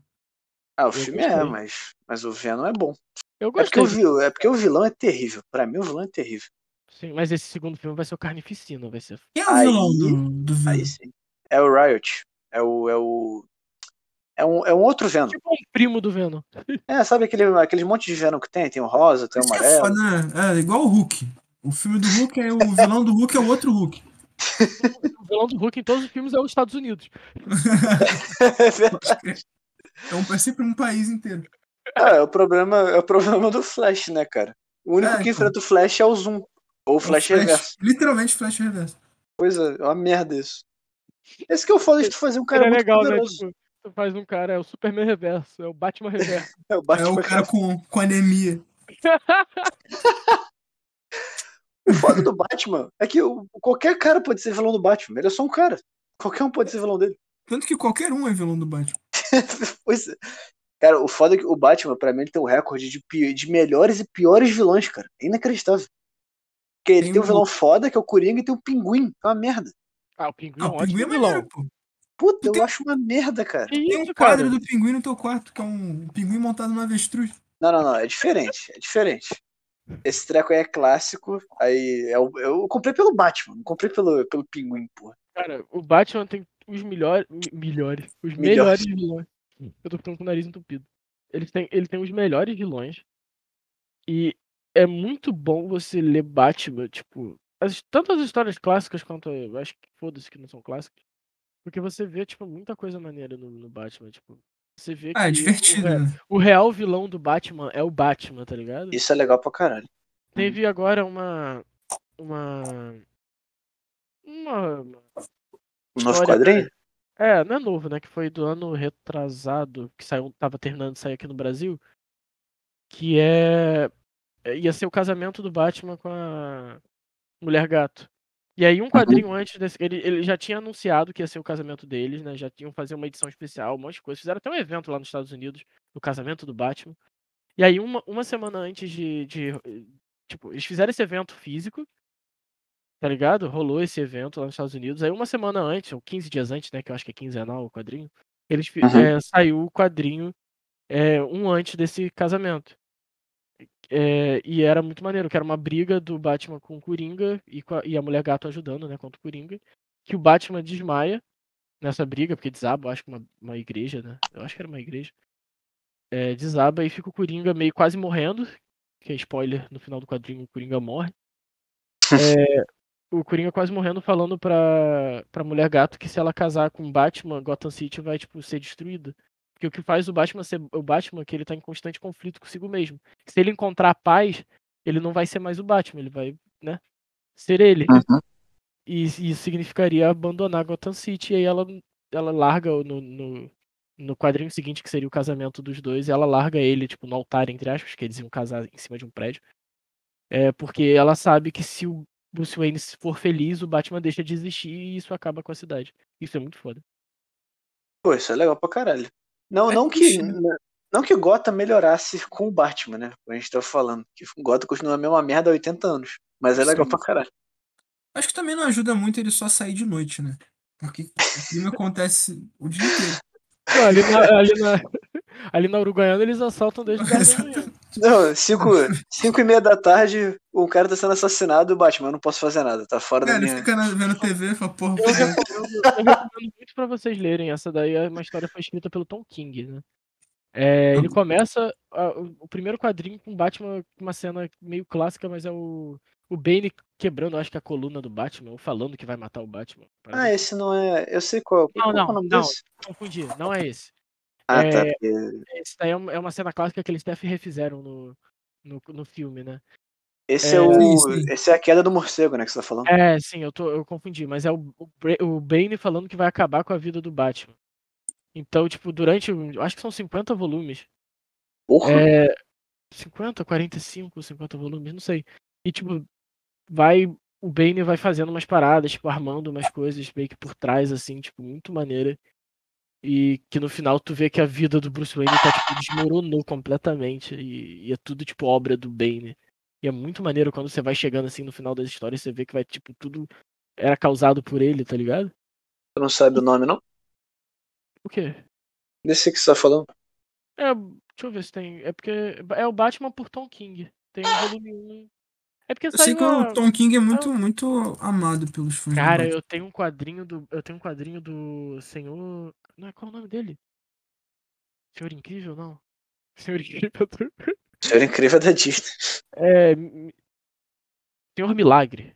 S2: Ah, o
S3: Eu
S2: filme é,
S3: gostei.
S2: mas, mas o Venom é bom.
S3: Eu
S2: É porque,
S3: gostei.
S2: o vil, é porque o vilão é terrível. Pra mim, o vilão é terrível.
S3: Sim, mas esse segundo filme vai ser o Carnificina, vai ser.
S1: Quem é o
S2: Aí-
S1: vilão do, do Venom?
S2: Aí sim. É o Riot. É o. É, o, é, um, é um outro Venom.
S3: Tipo um primo do Venom.
S2: É, sabe aquele, aquele monte de Venom que tem? Tem o rosa, tem o
S1: Isso que é
S2: amarelo.
S1: foda, né? É igual o Hulk. O filme do Hulk é o vilão do Hulk é o outro Hulk.
S3: O vilão do Hulk em todos os filmes é os Estados Unidos.
S1: É, um, é sempre um país inteiro.
S2: Ah, é o problema, é o problema do Flash, né, cara? O único
S1: É,
S2: que
S1: então.
S2: enfrenta o Flash é o Zoom. Ou o Flash,
S1: É um
S2: Reverso.
S1: Literalmente Flash Reverso.
S2: Coisa, é uma merda isso. Esse que eu falo de tu fazer um cara
S3: Cara, é
S2: muito
S3: legal, né?
S2: poderoso.
S3: Tipo, tu faz um cara, é o Superman reverso, é o Batman reverso.
S2: É o
S1: É
S2: Batman.
S1: o cara com, com anemia.
S2: O foda do Batman é que o- qualquer cara pode ser vilão do Batman. Ele é só um cara. Qualquer um pode ser vilão dele.
S1: Tanto que qualquer um é vilão do Batman.
S2: Pois é. Cara, o foda é que o Batman, pra mim, ele tem um recorde de, pi- de melhores e piores vilões, cara. É inacreditável. Porque ele
S1: Tem
S2: tem,
S1: um-
S2: um vilão foda, que é o Coringa, e tem o Pinguim. É uma merda.
S3: ah, o Pinguim é
S1: Ah,
S3: um
S1: o pinguim é
S3: ótimo
S1: maneiro,
S3: vilão.
S1: pô.
S2: Puta,
S1: Tem- um
S2: eu acho uma merda, cara.
S3: Que
S1: Tem um
S3: isso, cara?
S1: quadro do pinguim no teu quarto, que é um pinguim montado numa avestruz.
S2: Não, não, não. É diferente. É diferente. Esse treco aí é clássico. Aí é o- eu, comprei pelo Batman, não comprei pelo, pelo Pinguim, porra.
S3: Cara, o Batman tem os melhores. Melhores. Os melhores
S2: Melhores.
S3: vilões. Eu tô ficando com o nariz entupido. Ele tem, ele tem os melhores vilões. E é muito bom você ler Batman, tipo. As, tanto as histórias clássicas quanto. Eu acho que foda-se que não são clássicas. Porque você vê, tipo, muita coisa maneira no, no Batman. Tipo, você vê
S1: Ah, é
S3: que
S1: divertido,
S3: o, re-
S1: né?
S3: o real vilão do Batman é o Batman, tá ligado?
S2: Isso é legal pra caralho.
S3: Teve agora uma. Uma. Uma.
S2: Um novo
S3: Olha,
S2: quadrinho?
S3: É, não é novo, né? Que foi do ano retrasado, que saiu, tava terminando de sair aqui no Brasil. Que é. é, Ia ser o casamento do Batman com a Mulher Gato. E aí, um quadrinho antes desse. Ele, ele já tinha anunciado que ia ser o casamento deles, né? Já tinham fazer uma edição especial, um monte de coisa. Fizeram até um evento lá nos Estados Unidos, do casamento do Batman. E aí, uma, uma semana antes de, de. eh, Tipo, eles fizeram esse evento físico. Tá ligado? Rolou esse evento lá nos Estados Unidos. Aí uma semana antes, ou 15 dias antes, né? Que eu acho que é quinzenal o quadrinho. Eles fi-
S2: Uhum.
S3: eh, saiu o quadrinho eh, um antes desse casamento. Eh, e era muito maneiro, que era uma briga do Batman com o Coringa e, com a, e a mulher gato ajudando, né? Contra o Coringa. Que o Batman desmaia nessa briga, porque desaba, eu acho que uma, uma igreja, né? Eu acho que era uma igreja. Eh, desaba e fica o Coringa meio quase morrendo. Que é spoiler, no final do quadrinho o Coringa morre É, o Coringa quase morrendo falando pra, pra Mulher Gato que se ela casar com Batman, Gotham City vai, tipo, ser destruída. Porque o que faz o Batman ser o Batman é que ele tá em constante conflito consigo mesmo. Se ele encontrar a paz, ele não vai ser mais o Batman, ele vai, né, ser ele. E e isso significaria abandonar Gotham City. E aí ela, ela larga o- no, no, no quadrinho seguinte, que seria o casamento dos dois, ela larga ele, tipo, no altar, entre aspas, que eles iam casar em cima de um prédio. É porque ela sabe que se o Bruce Wayne for feliz, o Batman deixa de existir e isso acaba com a cidade. Isso é muito foda.
S2: Pô, isso é legal pra caralho. Não,
S1: É
S2: não que.
S1: triste,
S2: Não que Gotham melhorasse com o Batman, né? Como a gente tá falando. Que Gotham continua a mesma merda há 80 anos. Mas é legal
S1: Sim.
S2: pra caralho.
S1: Acho que também não ajuda muito ele só sair de noite, né? Porque o crime acontece o dia inteiro.
S3: Pô, ali, na, ali, na, ali na Uruguaiana eles assaltam desde 10 da manhã.
S2: Não, 5 e meia da tarde, o cara tá sendo assassinado, o Batman, eu não posso fazer nada, tá fora
S1: Cara,
S2: da
S1: ele
S2: minha.
S1: fica na- vendo TV e fala, porra,
S3: Eu recomendo, eu recomendo muito pra vocês lerem. Essa daí é uma história que foi escrita pelo Tom King, né? É, ele começa a- o- o primeiro quadrinho com o Batman, com uma cena meio clássica, mas é o, o Bane quebrando, acho que a coluna do Batman, ou falando que vai matar o Batman.
S2: Ah, esse não é. Eu sei qual.
S3: Não,
S2: qual é
S3: não,
S2: o nome
S3: não.
S2: desse?
S3: Confundi, não é esse.
S2: Ah, tá.
S3: É.
S2: porque
S3: Esse daí é um- é uma cena clássica que eles até refizeram no, no, no filme, né?
S2: Esse é,
S3: É.
S2: o.
S1: Sim, sim.
S2: Esse é a queda do morcego, né? Que você tá falando.
S3: É, sim, eu, tô, eu confundi, mas é o, o Bra- o Bane falando que vai acabar com a vida do Batman. Então, tipo, durante. um- eu Acho que são 50 volumes.
S2: Porra.
S3: É, 50, 45, 50 volumes, não sei. E, tipo, vai. O Bane vai fazendo umas paradas, tipo, armando umas coisas meio que por trás, assim, tipo, muito maneira. E que no final tu vê que a vida do Bruce Wayne tá, tipo, desmoronou completamente. E, e é tudo, tipo, obra do Bane. E é muito maneiro quando você vai chegando, assim, no final das histórias, você vê que vai, tipo, tudo era causado por ele, tá ligado?
S2: Tu não sabe o nome, não?
S3: O quê?
S2: Desse que você tá falando.
S3: É, deixa eu ver se tem. É porque. É o Batman por Tom King. Tem o volume 1. É porque
S1: Ah! Eu sei
S3: saiu
S1: que
S3: a-
S1: o Tom King é muito, muito amado pelos fãs do
S3: Cara,
S1: Batman.
S3: eu tenho um quadrinho do. Eu tenho um quadrinho do senhor. Não é qual é o nome dele? Senhor Incrível, não. Senhor Incrível. do-
S2: Senhor incrível é da Disney.
S3: É. mi- Senhor Milagre.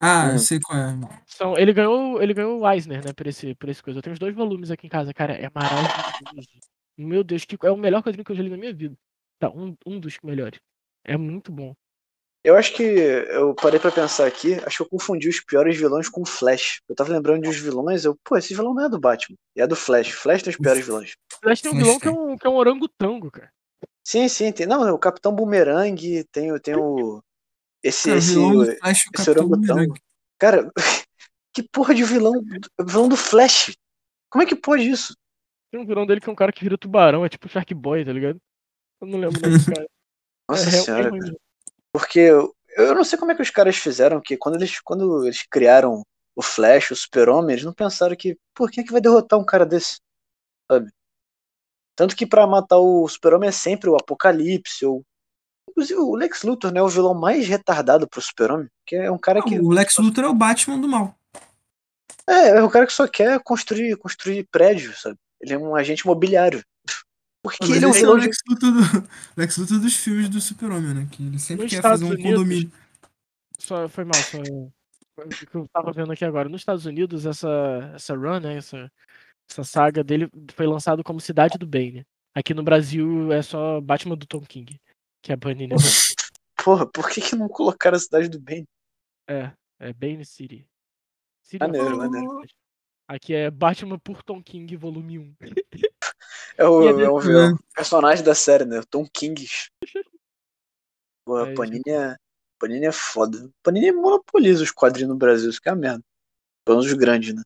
S1: Ah,
S2: Hum.
S1: eu sei qual é.
S3: São, ele ganhou, ele ganhou o Eisner, né, por esse, por esse coisa. Eu tenho os dois volumes aqui em casa, cara, é maravilhoso. Meu Deus, que, é o melhor quadrinho que eu já li na minha vida. Tá, um, um dos melhores. É muito bom.
S2: Eu acho que eu parei pra pensar aqui, acho que eu confundi os piores vilões com o Flash. Eu tava lembrando de uns vilões, eu, pô, esse vilão não é do Batman, é do Flash. Flash tem os piores vilões.
S3: Aliás, tem um
S1: Flash
S3: vilão que é
S1: tem.
S3: um, que é um orangotango, cara.
S2: Sim, sim, tem. Não, é o Capitão Boomerang, tem, o- tem o. Esse.
S1: Cara, o
S2: esse
S1: vilão do Flash, o
S2: esse
S1: Capitão
S2: orangotango.
S1: Boomerang.
S2: Cara, que porra de vilão. Vilão do Flash. Como é que pode isso?
S3: Tem um vilão dele que é um cara que vira tubarão, é tipo Shark Boy, tá ligado? Eu não lembro o nome do cara.
S2: Nossa
S3: é, realmente
S2: senhora,
S3: ruim.
S2: porque eu, eu não sei como é que os caras fizeram, que quando eles, quando eles criaram o Flash, o Super-Homem, eles não pensaram que, pô, quem é que vai derrotar um cara desse? Sabe? Tanto que pra matar o Super-Homem é sempre o Apocalipse, ou. Inclusive, o Lex Luthor, né, é o vilão mais retardado pro Super-Homem, que é um cara que.
S1: O Lex Luthor é o Batman do mal.
S2: É, é um cara que só quer construir, construir prédio, sabe? Ele é um agente imobiliário. Porque
S1: Mas
S2: ele é um
S1: esse é o
S2: vilão de.
S1: Lex Luthor, do- Lex Luthor dos filmes do Super-Homem, né? Que ele sempre
S3: Nos
S1: quer fazer um
S3: Estados Unidos.
S1: condomínio.
S3: Só foi mal, só foi o que eu tava vendo aqui agora. Nos Estados Unidos, essa, essa run, né? Essa, essa saga dele foi lançado como Cidade do Bane. Aqui no Brasil é só Batman do Tom King, que é Bunny, né?
S2: Porra, por que, que não colocaram a cidade do bem?
S3: É, é Bane City. City
S2: Maneiro,
S3: of-
S2: maneiro.
S3: é Aqui é Batman por Tom King, volume 1.
S2: É o,
S3: E
S2: é o, é o
S1: né?
S2: personagem da série, né? O Tom King. Pô,
S3: É
S2: a
S3: isso.
S2: Panini é, Panini é foda. Panini monopoliza os quadrinhos no Brasil, isso que é a merda. Pelo menos os grandes, né?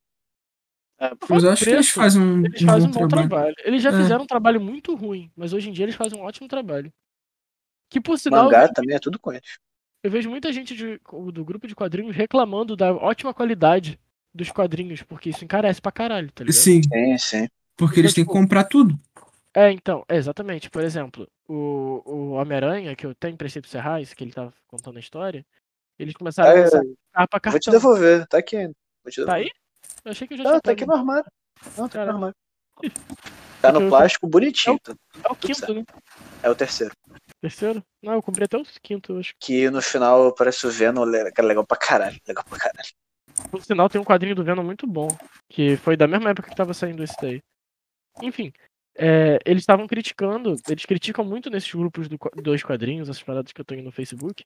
S3: É, por
S1: Eu
S3: causa do
S1: acho que eles
S3: preço,
S1: fazem um,
S3: eles fazem um bom trabalho. Eles já
S1: É.
S3: fizeram um trabalho muito ruim, mas hoje em dia eles fazem um ótimo trabalho. Que por sinal, eu
S2: Mangá
S3: vejo,
S2: também é tudo com eles.
S3: eu vejo muita gente de- do grupo de quadrinhos reclamando da ótima qualidade dos quadrinhos, porque isso encarece pra caralho, tá ligado?
S1: Sim,
S2: Sim, sim.
S1: porque eles têm
S3: tipo,
S1: que comprar tudo.
S3: É, então, é, exatamente. Por exemplo, o, o Homem-Aranha, que eu até emprestei pro Serrais, que ele tava contando a história, eles começaram
S2: Tá,
S3: a
S2: eu-
S3: lançar capa
S2: Vou te
S3: cartão.
S2: devolver, tá aqui ainda. Vou te
S3: Tá
S2: devolver.
S3: aí? Eu achei que eu já
S2: Tá,
S3: tinha
S2: tá aqui
S3: pego.
S2: no armário. Não, tá aqui
S3: Caraca.
S2: no armário. Tá no plástico bonitinho. tá?
S3: É o quinto, né?
S2: É o terceiro.
S3: Terceiro? Não, eu comprei até o quinto, eu acho.
S2: Que no final parece o Venom, le- cara, legal pra caralho. Legal pra caralho.
S3: Por sinal, tem um quadrinho do Venom muito bom. Que foi da mesma época que tava saindo esse daí. Enfim, é, eles estavam criticando. Eles criticam muito nesses grupos do, qua- dos quadrinhos, essas paradas que eu tenho no Facebook.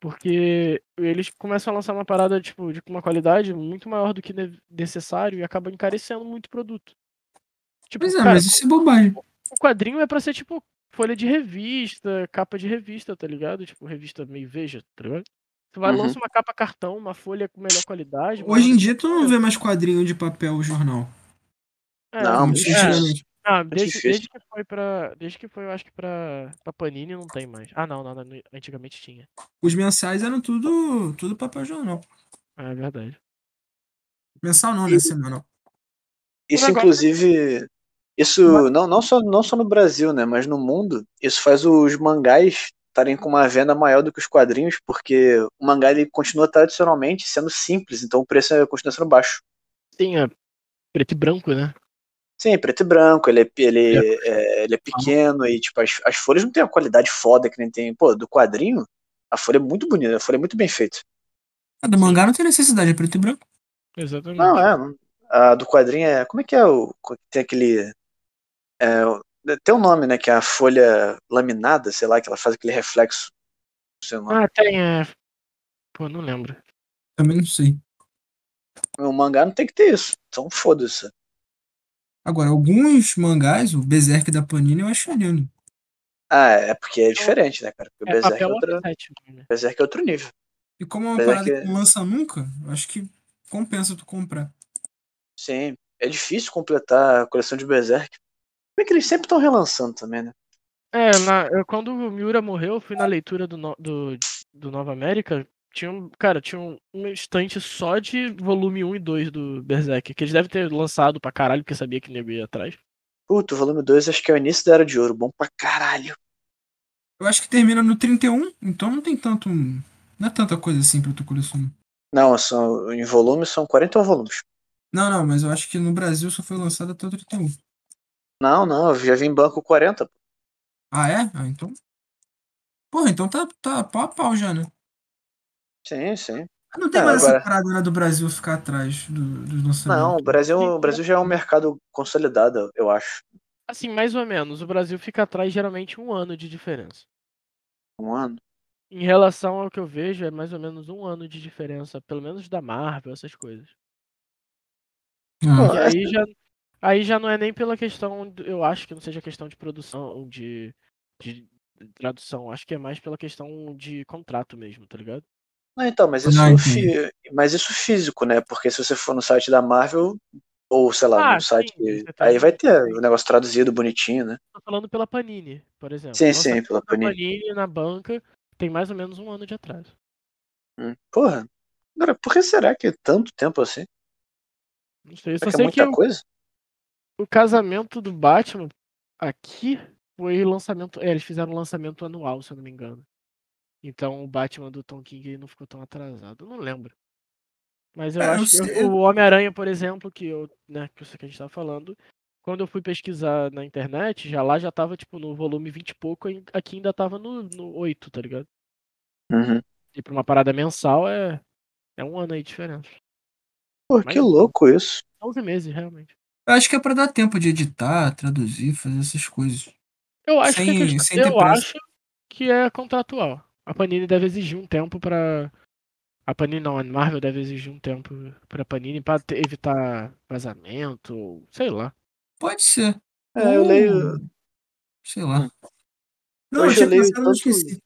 S3: Porque eles começam a lançar uma parada tipo, de uma qualidade muito maior do que ne- necessário e acabam encarecendo muito o produto. Tipo,
S1: Pois é,
S3: cara,
S1: mas isso é bobagem.
S3: o quadrinho é pra ser tipo folha de revista, capa de revista, tá ligado? Tipo, revista meio veja, tá ligado? Tu vai
S2: Uhum.
S3: lança uma capa cartão, uma folha com melhor qualidade.
S1: Hoje em
S3: bota-
S1: dia tu não vê mais quadrinho de papel ou jornal.
S3: É,
S2: Não,
S1: Como
S2: mas-
S1: tinha
S3: é,
S1: antigamente.
S3: Ah, desde,
S2: difícil.
S3: desde que foi pra. Desde que foi, eu acho que pra, pra Panini não tem mais. Ah, não, não, não, antigamente tinha.
S1: Os mensais eram tudo, tudo papel e jornal.
S3: Ah, É verdade.
S1: Mensal não,
S2: E-
S1: né? Semanal.
S2: Isso,
S3: negócio-
S2: inclusive, Isso não, não, só, não só no Brasil, né? Mas no mundo, isso faz os mangás estarem com uma venda maior do que os quadrinhos, porque o mangá ele continua tradicionalmente sendo simples, então o preço é- continua sendo baixo.
S3: Sim, é preto e branco, né?
S2: Sim, preto e branco, ele é, ele, é, ele é pequeno e tipo, as, as folhas não tem uma qualidade foda que nem tem. Pô, do quadrinho, a folha é muito bonita, a folha é muito bem feita.
S1: Ah, do mangá não tem necessidade, é preto e branco.
S3: Exatamente.
S2: Não, é. não- A do quadrinho é. Como é que é o. co- Tem aquele. é, o- tem um nome, né? Que é a folha laminada, sei lá, que ela faz aquele reflexo. Não sei o nome.
S3: Ah, tem, é. Pô, não lembro.
S1: Também não sei.
S2: O mangá não tem que ter isso. Então foda-se.
S1: Agora, alguns mangás, o Berserk da Panini, eu acho lindo.
S2: Ah, é porque é diferente, né, cara? Porque o
S3: É
S2: Berserk é,
S3: papel
S2: outra,
S3: offset, né?
S2: Berserk é outro nível.
S1: E como é uma
S2: Berserk
S1: parada
S2: é-
S1: que não lança nunca, eu acho que compensa tu comprar.
S2: Sim. É difícil completar a coleção de Berserk. Como é que eles sempre estão relançando também, né?
S3: É, na- eu- quando o Miura morreu, eu fui na leitura do, no- do, do Nova América. Tinha um, cara, tinha um, um estante só de volume 1 e 2 do Berserk, que eles devem ter lançado pra caralho, porque sabia que nego ia atrás.
S2: Puta, o volume 2 acho que é o início da Era de Ouro. Bom pra caralho.
S1: Eu acho que termina no 31, então não tem tanto. Não é tanta coisa assim pra tu colecionar.
S2: Não, são, em volume são 41 volumes.
S1: Não, não, mas eu acho que no Brasil só foi lançado até o 31.
S2: Não, não, eu já vi em banco 40.
S1: Ah, é? Ah, então. Porra, então tá, tá pau a pau já, né?
S2: Sim, sim.
S1: Ah, Não tem
S2: Não,
S1: mais
S2: agora-
S1: essa parada né, do Brasil ficar atrás do- dos
S3: Uhum.
S1: lançamentos.
S2: Não, o Brasil,
S3: Sim,
S2: o Brasil já é um mercado consolidado, eu acho.
S3: Assim, mais ou menos. O Brasil fica atrás geralmente um ano de diferença.
S2: Um ano.
S3: Em relação ao que eu vejo, é mais ou menos um ano de diferença, pelo menos da Marvel, essas coisas.
S1: Ah,
S2: Pô,
S3: E
S2: é
S3: aí já, aí já não é nem pela questão, do- eu acho que não seja questão de produção ou de, de tradução, acho que é mais pela questão de contrato mesmo, tá ligado?
S2: Não, então, mas isso,
S3: Ah,
S1: Não, entendi.
S2: fi- mas isso físico, né? Porque se você for no site da Marvel, ou sei lá,
S3: Ah,
S2: no site.
S3: sim, você tem-
S2: aí vai ter o negócio traduzido bonitinho, né?
S3: Tô falando pela Panini, por exemplo.
S2: Sim,
S3: Lança
S2: sim, pela
S3: a
S2: Panini.
S3: Panini na banca tem mais ou menos um ano de atraso.
S2: Hum, Porra. Agora, por que será que é tanto tempo assim?
S3: Não sei, eu
S2: Será
S3: só
S2: que é
S3: sei que
S2: muita
S3: o,
S2: coisa?
S3: o casamento do Batman aqui foi lançamento. É, eles fizeram um lançamento anual, se eu não me engano. Então o Batman do Tom King não ficou tão atrasado. Eu não lembro. Mas eu
S1: É, eu
S3: acho que
S1: sei-
S3: o Homem-Aranha, por exemplo, que eu, né, que eu sei que a gente tava falando, quando eu fui pesquisar na internet, já lá já tava tipo no volume 20 e pouco, e aqui ainda tava no, no 8, tá ligado?
S2: Uhum.
S3: E pra uma parada mensal é, é um ano aí de diferença.
S2: Pô,
S3: Mas-
S2: que louco isso.
S3: 11 meses, realmente.
S1: eu acho que é pra dar tempo de editar, traduzir, fazer essas coisas.
S3: Eu acho que
S1: Sem-
S3: é questão-
S1: sem ter
S3: eu
S1: pressa.
S3: acho que é contratual. A Panini deve exigir um tempo pra. A Panini não, a Marvel deve exigir um tempo pra Panini pra te- evitar vazamento, ou sei lá.
S1: Pode ser.
S2: É, eu
S1: Ou-
S2: leio,
S1: Sei lá. Não, eu
S2: Hoje eu
S1: tinha
S2: leio
S1: pensado, eu
S2: tanto-
S1: esqueci.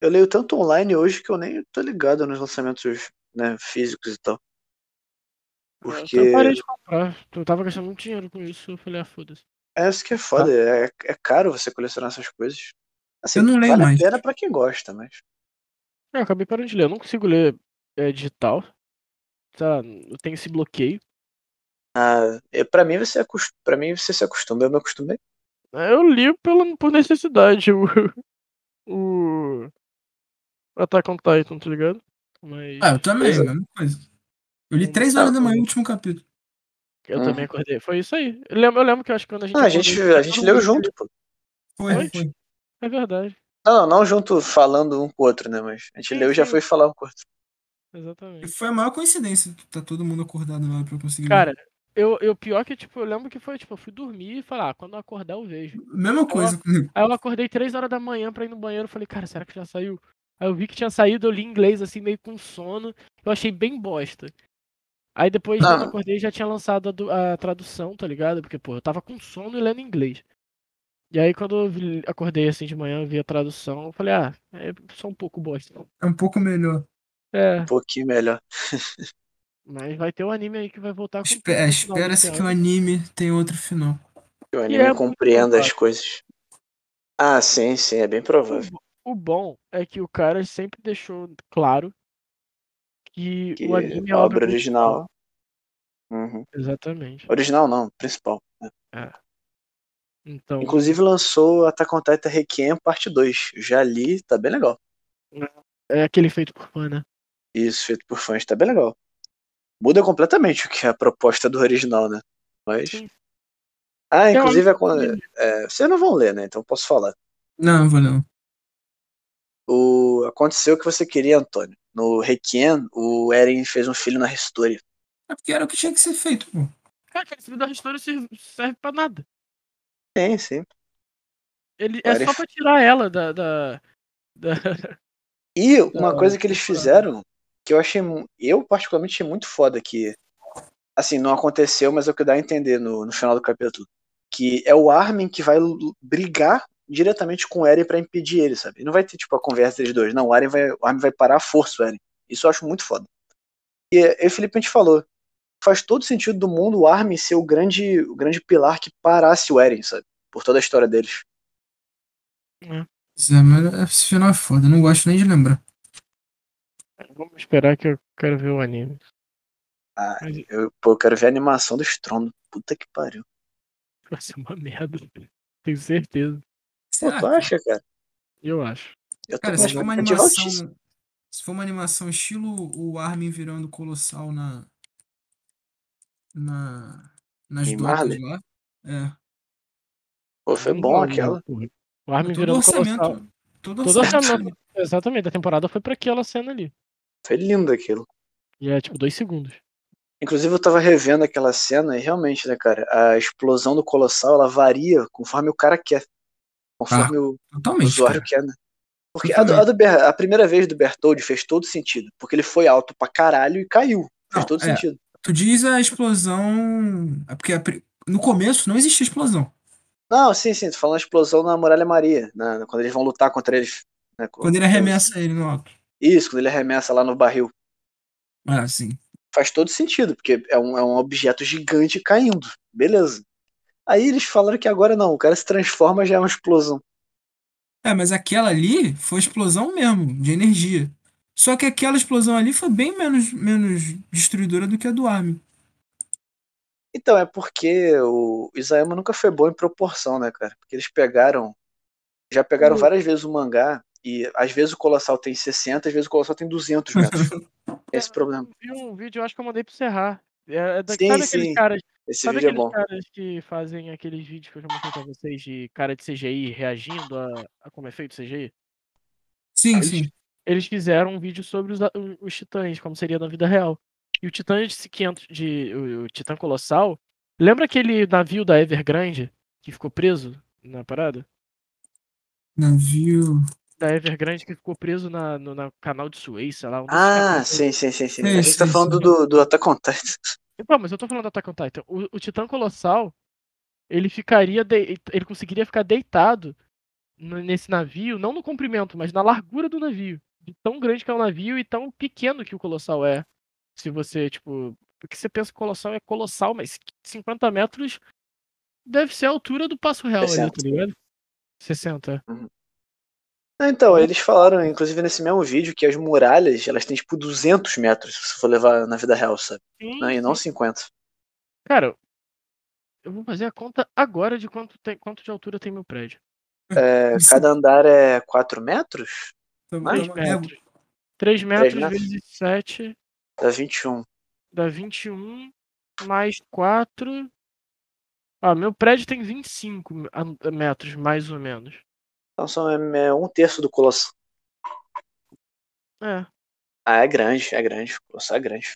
S2: eu leio tanto online hoje que eu nem tô ligado nos lançamentos, né, físicos e tal. Porque.
S3: Eu É, então parei de comprar. Eu tava gastando muito dinheiro com isso. Eu falei, ah, foda-se.
S2: É isso que é foda, é, é caro você colecionar essas coisas. Assim,
S1: Eu não leio
S2: vale
S1: mais.
S2: a pena pra quem gosta, mas.
S3: É, Eu acabei parando de ler. Eu não consigo ler é, digital. Sei lá, eu tenho esse bloqueio.
S2: Ah, é, pra mim você acos- pra mim você se acostuma, eu me acostumei.
S3: Eu li pela, por necessidade o. O. Attack on Titan, tá ligado? Mas.
S1: Ah, eu também,
S2: Pois é.
S1: mesma coisa. Eu li três horas da manhã o último capítulo.
S3: Eu
S2: Uhum.
S3: também acordei. Foi isso aí. Eu lembro, eu lembro que eu acho que quando a gente.
S2: Ah, a
S3: acordou,
S2: gente,
S3: tava
S2: a gente
S3: todo
S2: leu
S3: mundo
S2: junto, pô.
S1: Foi,
S3: Foi?
S1: foi.
S3: É verdade,
S2: Não, não, não junto falando um com o outro, né? Mas a gente
S3: Sim,
S2: leu e já
S3: sim.
S2: foi falar um com o outro.
S1: E
S3: exatamente.
S1: foi a maior coincidência. Tá todo mundo acordado na hora pra eu conseguir ler.
S3: Cara, eu, eu pior que, tipo, eu lembro que foi, tipo, eu fui dormir e falar, ah, quando eu acordar eu vejo.
S1: Mesma coisa comigo.
S3: Aí eu acordei 3 horas da manhã pra ir no banheiro, eu falei, cara, será que já saiu? Aí eu vi que tinha saído, eu li em inglês, assim, meio com sono. Eu achei bem bosta. Aí depois,
S2: Ah.
S3: quando eu acordei, já tinha lançado a, du- a tradução, tá ligado? Porque, pô, eu tava com sono e lendo inglês. E aí, quando eu vi- acordei, assim, de manhã, eu vi a tradução, eu falei, ah, é só um pouco bosta.
S1: É um pouco melhor.
S3: É,
S2: Um pouquinho melhor.
S3: Mas vai ter um anime aí que vai voltar com
S1: Espe-
S3: tudo
S1: é,
S3: no final
S1: Espera-se
S3: desse
S1: que o
S3: ano.
S1: anime tenha outro final.
S2: Que o
S3: E
S2: anime
S3: é muito
S2: compreenda as
S3: provável.
S2: coisas. Ah, sim, sim, é bem provável.
S3: O bom é que o cara sempre deixou claro que,
S2: Que
S3: o anime é
S2: a obra
S3: original.
S2: original. Uhum.
S3: Exatamente.
S2: Original não, principal.
S3: Então,
S2: Inclusive lançou Attack on Titan Requiem parte 2. Já li, tá bem legal.
S3: é aquele feito por fã, né?
S2: Isso, feito por fãs, tá bem legal. Muda completamente o que é a proposta do original, né? Mas.
S3: Sim.
S2: Ah,
S3: Eu
S2: inclusive, é
S3: ainda não
S2: quando- é, vocês não vão ler, né? Então posso falar.
S1: Não, valeu.
S2: O... Aconteceu o que você queria, Antônio. No Requiem, o Eren fez um filho na Restori.
S1: É porque era o que tinha que ser feito, pô.
S3: Cara, aquele filme da história serve, serve pra nada.
S2: Sim, sim.
S3: Ele
S2: Olha.
S3: é só pra tirar ela da. da, da-
S2: E uma
S1: Não,
S2: coisa que eles
S1: claro.
S2: fizeram, que eu achei. mu- Eu, particularmente, achei muito foda que. Assim, não aconteceu, mas é o que dá a entender no, no final do capítulo. Que é o Armin que vai lu- brigar diretamente com o Eren pra impedir ele, sabe? E Não vai ter, tipo, a conversa entre os dois. Não, o, Eren vai, o Armin vai parar a força, o Eren. Isso eu acho muito foda. E aí o Felipe a gente falou. Faz todo sentido do mundo o Armin ser o grande, o grande pilar que parasse o Eren, sabe? Por toda a história deles.
S1: Zé, mas esse final é foda, eu não gosto nem de lembrar.
S3: Vamos esperar que eu quero ver o anime.
S2: Ah,
S3: Mas
S2: eu, pô, eu quero ver a animação do Estrondo. Puta que pariu.
S3: vai ser uma merda. Tenho certeza.
S2: Pô,
S1: Será,
S2: tu
S1: cara?
S2: acha, cara?
S3: Eu acho.
S2: Eu tô
S1: Cara,
S2: com
S1: se for uma
S2: expectativa altíssima.
S1: animação. né? Se for uma animação estilo o Armin virando colossal na. Na. Nas
S2: Em
S1: docas
S2: Marley?
S1: lá. É.
S2: Pô, foi
S3: Não,
S2: bom
S1: né?
S3: não,
S2: aquela.
S3: porra. O Armin
S1: Todo
S3: virando
S1: um orçamento.
S3: colossal.
S1: Todo
S3: Todo
S1: orçamento.
S3: orçamento. Exatamente, a temporada foi pra aquela cena ali.
S2: Foi lindo aquilo.
S3: E é tipo dois segundos.
S2: Inclusive, eu tava revendo aquela cena e realmente, né, cara, a explosão do Colossal, ela varia conforme o cara quer. Conforme o
S1: Totalmente.
S2: usuário
S1: Ah, Cara.
S2: quer, né? Porque a, do- a, do Ber- a primeira vez do Bertoldi fez todo sentido. Porque ele foi alto pra caralho e caiu. Fez
S1: Não,
S2: todo
S1: é.
S2: sentido.
S1: Tu diz a explosão. é Porque a pri- no começo não existia explosão.
S2: Não, sim, sim, tô falando a explosão na Muralha Maria, né, quando eles vão lutar contra eles. né, com-
S1: Quando ele arremessa ele no alto.
S2: Isso, quando ele arremessa lá no barril.
S1: Ah, sim.
S2: faz todo sentido, porque é um, é um objeto gigante caindo. Beleza. Aí eles falaram que agora não, o cara se transforma já é uma explosão.
S1: É, mas aquela ali foi explosão mesmo, de energia. Só que aquela explosão ali foi bem menos, menos destruidora do que a do Armin.
S2: Então, é porque o Isayama nunca foi bom em proporção, né, cara? Porque eles pegaram. Já pegaram
S3: Hum.
S2: várias vezes o mangá, e às vezes o Colossal tem 60, às vezes o Colossal tem 200 metros. Esse é o problema.
S3: Eu vi um vídeo, eu acho que eu mandei pro Serrar. É, é da,
S2: Sim,
S3: sabe aqueles
S2: sim.
S3: caras,
S2: Esse
S3: sabe
S2: vídeo é
S3: aqueles
S2: bom.
S3: caras que fazem aqueles vídeos que eu já mostrei pra vocês de cara de CGI reagindo a, a como é feito o CGI?
S1: Sim,
S3: Eles-
S1: sim.
S3: Eles fizeram um vídeo sobre os, a- o- os titãs, como seria na vida real. E o titã de 500, de, o, o titã colossal, lembra aquele navio da Evergrande que ficou preso na parada?
S1: Navio.
S3: Da Evergrande que ficou preso na, no na canal de Suez, sei lá. Um desses
S2: Ah,
S3: canais.
S2: sim, sim, sim, sim.
S1: Sim,
S2: A gente tá
S1: sim,
S2: falando
S1: sim.
S2: do, do Attack on Titan.
S3: Não, mas eu tô falando do Attack on Titan. O, o Titã Colossal, ele ficaria. dei- Ele conseguiria ficar deitado no- nesse navio, não no comprimento, mas na largura do navio. De tão grande que é o navio e tão pequeno que o Colossal é. Se você, tipo. Porque você pensa que o Colossal é colossal, mas 50 metros deve ser a altura do Passo Real ali,
S2: 60.
S3: tá ligado? 60. é.
S2: Ah, Então, eles falaram, inclusive nesse mesmo vídeo, que as muralhas, elas têm tipo 200 metros, se for levar na vida real, sabe? Não, e não 50.
S3: Cara, eu vou fazer a conta agora de quanto, tem, quanto de altura tem meu prédio.
S2: É, cada andar é 4 metros?
S1: Tá-
S2: Mais
S1: tá-
S3: 3
S1: é,
S3: metros. 3 metros,
S2: metros?
S3: vezes 7
S2: Dá 21.
S3: dá 21 mais 4. Ah, meu prédio tem 25 me- a- metros, mais ou menos.
S2: Então são é, é um terço do colosso.
S3: É,
S2: Ah, é grande, é grande. O colosso é grande.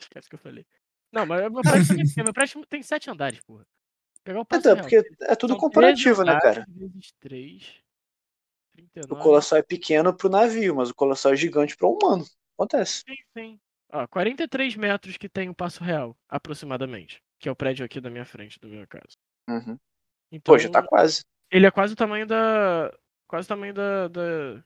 S3: esquece que eu falei. Não, mas meu prédio, também tem, meu prédio tem 7 andares, porra. Pegar o passo
S2: Então, é
S3: real.
S2: porque é tudo
S3: São
S2: comparativo,
S3: 13
S2: né, cara?
S3: andares né? Vezes 3,
S2: O
S3: 39,
S2: colosso é pequeno pro navio, mas o colosso é gigante pro humano. Acontece.
S3: sim, sim. Ó, 43 metros que tem o passo real, aproximadamente. Que é o prédio aqui da minha frente, do meu caso.
S2: Uhum.
S3: Então,
S2: Pô, já tá quase.
S3: Ele é quase o tamanho da. Quase o tamanho da. da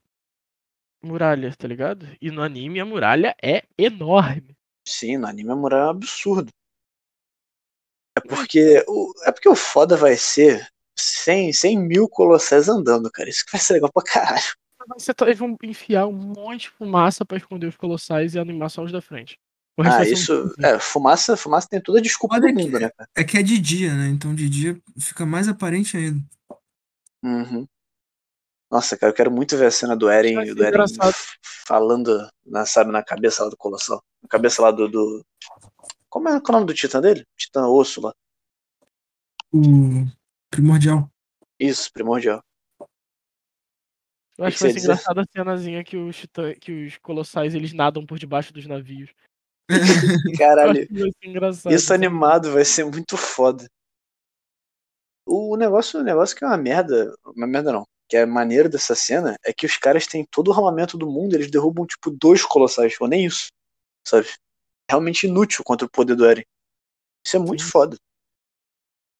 S3: Muralha, tá ligado? E no anime a muralha é enorme.
S2: Sim, no anime a muralha é um absurdo. É porque o, é porque o foda vai ser 100, 100 mil colossais andando, cara. Isso que vai ser legal pra caralho.
S3: Mas Você tá, eles vão enfiar um monte de fumaça pra esconder os colossais e animar só os da frente. Com a
S2: Ah,
S3: restauração
S2: isso.
S3: do-
S2: É, fumaça, fumaça tem toda a desculpa
S1: Olha
S2: do
S1: que-
S2: mundo, né, cara?
S1: É que é de dia, né? Então de dia fica mais aparente ainda.
S2: Uhum. Nossa, cara, eu quero muito ver a cena do Eren,
S3: Vai ser
S2: do Eren
S3: engraçado.
S2: f- falando na, sabe, na cabeça lá do Colossal. Na cabeça lá do. do- Como é, qual é o nome do Titã dele? Titã Osso lá.
S1: O primordial.
S2: Isso, primordial.
S3: Eu acho
S2: que
S3: que
S2: você
S3: vai ser
S2: ia é dizer?
S3: engraçada a cenazinha que os, titã- que os colossais eles nadam por debaixo dos navios. Eu acho
S2: Caralho,
S3: que vai ser engraçado.
S2: isso animado vai ser muito foda. O negócio, o negócio que é uma merda. Uma merda não. Que é maneiro dessa cena é que os caras têm todo o armamento do mundo, eles derrubam, tipo, dois colossais, ou nem isso. Sabe? Realmente inútil contra o poder do Eren. Isso é muito
S3: Sim.
S2: foda.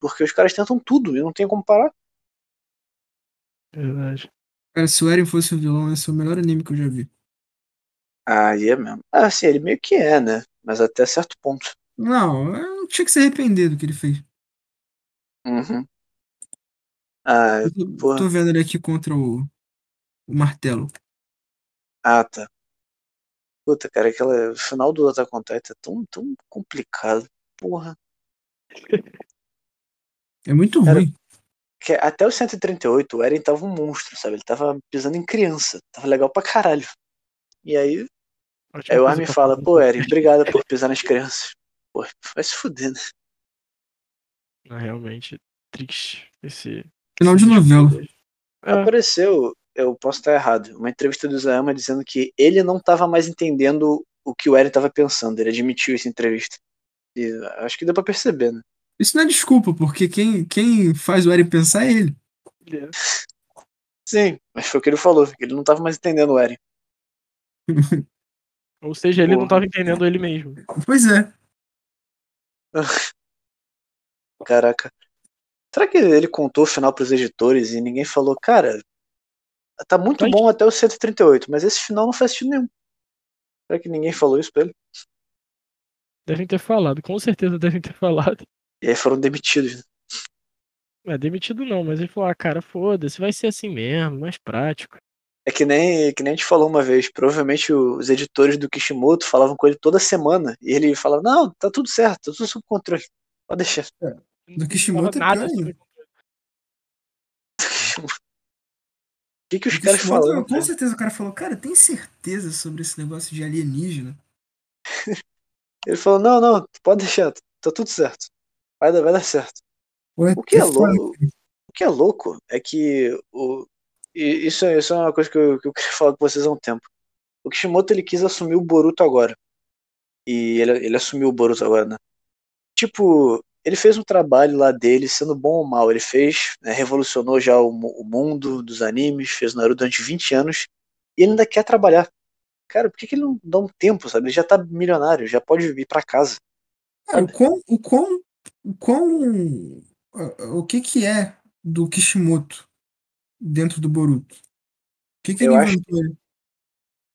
S2: Porque os caras tentam tudo e não tem como parar.
S3: Verdade.
S1: Cara, se o Eren fosse o vilão, ia ser o melhor anime que eu já vi.
S2: Aí é mesmo. Ah, assim, ele meio que é, né? Mas até certo ponto.
S1: Não, eu não tinha que se arrepender do que ele fez.
S2: Uhum. Ah,
S1: Eu tô,
S2: porra.
S1: tô vendo ele aqui contra o, o martelo.
S2: Ah, tá. Puta, cara, aquela o final do Attack on Titan é tão, tão complicado. Porra.
S1: É muito
S2: Cara,
S1: ruim.
S2: Que até os 138, o Eren tava um monstro, sabe? Ele tava pisando em criança. Tava legal pra caralho. E aí, aí o Armin fala, pô, é." Eren, obrigado por pisar nas crianças. Pô, vai se fuder, né?
S3: É realmente triste esse.
S1: Final de
S3: esse
S1: novela.
S3: desfecho. É,
S2: Apareceu, eu posso estar errado, uma entrevista do Isayama dizendo que ele não tava mais entendendo o que o Eren tava pensando. Ele admitiu essa entrevista. E acho que deu pra perceber, né?
S1: Isso não é desculpa, porque quem, quem faz o Eren pensar é ele.
S3: ele é-
S2: Sim, mas foi o que ele falou, que ele não tava mais entendendo o Eren.
S3: Ou seja, ele não
S2: Porra.
S3: tava entendendo ele mesmo.
S1: Pois é.
S2: Caraca. Será que ele contou o final pros editores e ninguém falou, cara, tá muito
S3: Mas-
S2: bom até o 138, mas esse final não faz sentido nenhum. Será que ninguém falou isso pra ele?
S3: Devem ter falado, com certeza devem ter falado.
S2: E aí foram demitidos. né?
S3: É, demitido não, mas ele falou, ah, cara, foda-se, vai ser assim mesmo, mais prático.
S2: É que nem, que nem a gente falou uma vez, provavelmente os editores do Kishimoto falavam com ele toda semana, e ele falava, não, tá tudo certo, tá tudo sob controle. Pode deixar.
S3: Não
S1: Do
S3: falava
S1: Kishimoto é
S3: nada
S1: pior
S3: sobre-
S2: O que, que os
S1: O
S2: caras
S1: Kishimoto,
S2: falaram?
S1: com certeza o cara falou, cara, tem certeza sobre esse negócio de alienígena?
S2: Ele falou, não, não, pode deixar, tá tudo certo. Vai dar, vai dar certo.
S1: Ué,
S2: O que é
S1: foda.
S2: louco, o que é louco é que o, e isso, é- isso é uma coisa que eu, que eu queria falar com vocês há um tempo. O Kishimoto ele quis assumir o Boruto agora. E ele, ele assumiu o Boruto agora, né? Tipo, ele fez um trabalho lá dele, sendo bom ou mal. Ele fez, né, revolucionou já o, mu- o mundo dos animes, fez o Naruto durante 20 anos. E ele ainda quer trabalhar. Cara, por que, que ele não dá um tempo, sabe? Ele já tá milionário, já pode ir pra casa.
S1: Cara, o quão, o quão, o quão, o- o que que é do Kishimoto dentro do Boruto? O que que
S2: Eu
S1: ele
S2: acho
S1: inventou? ali?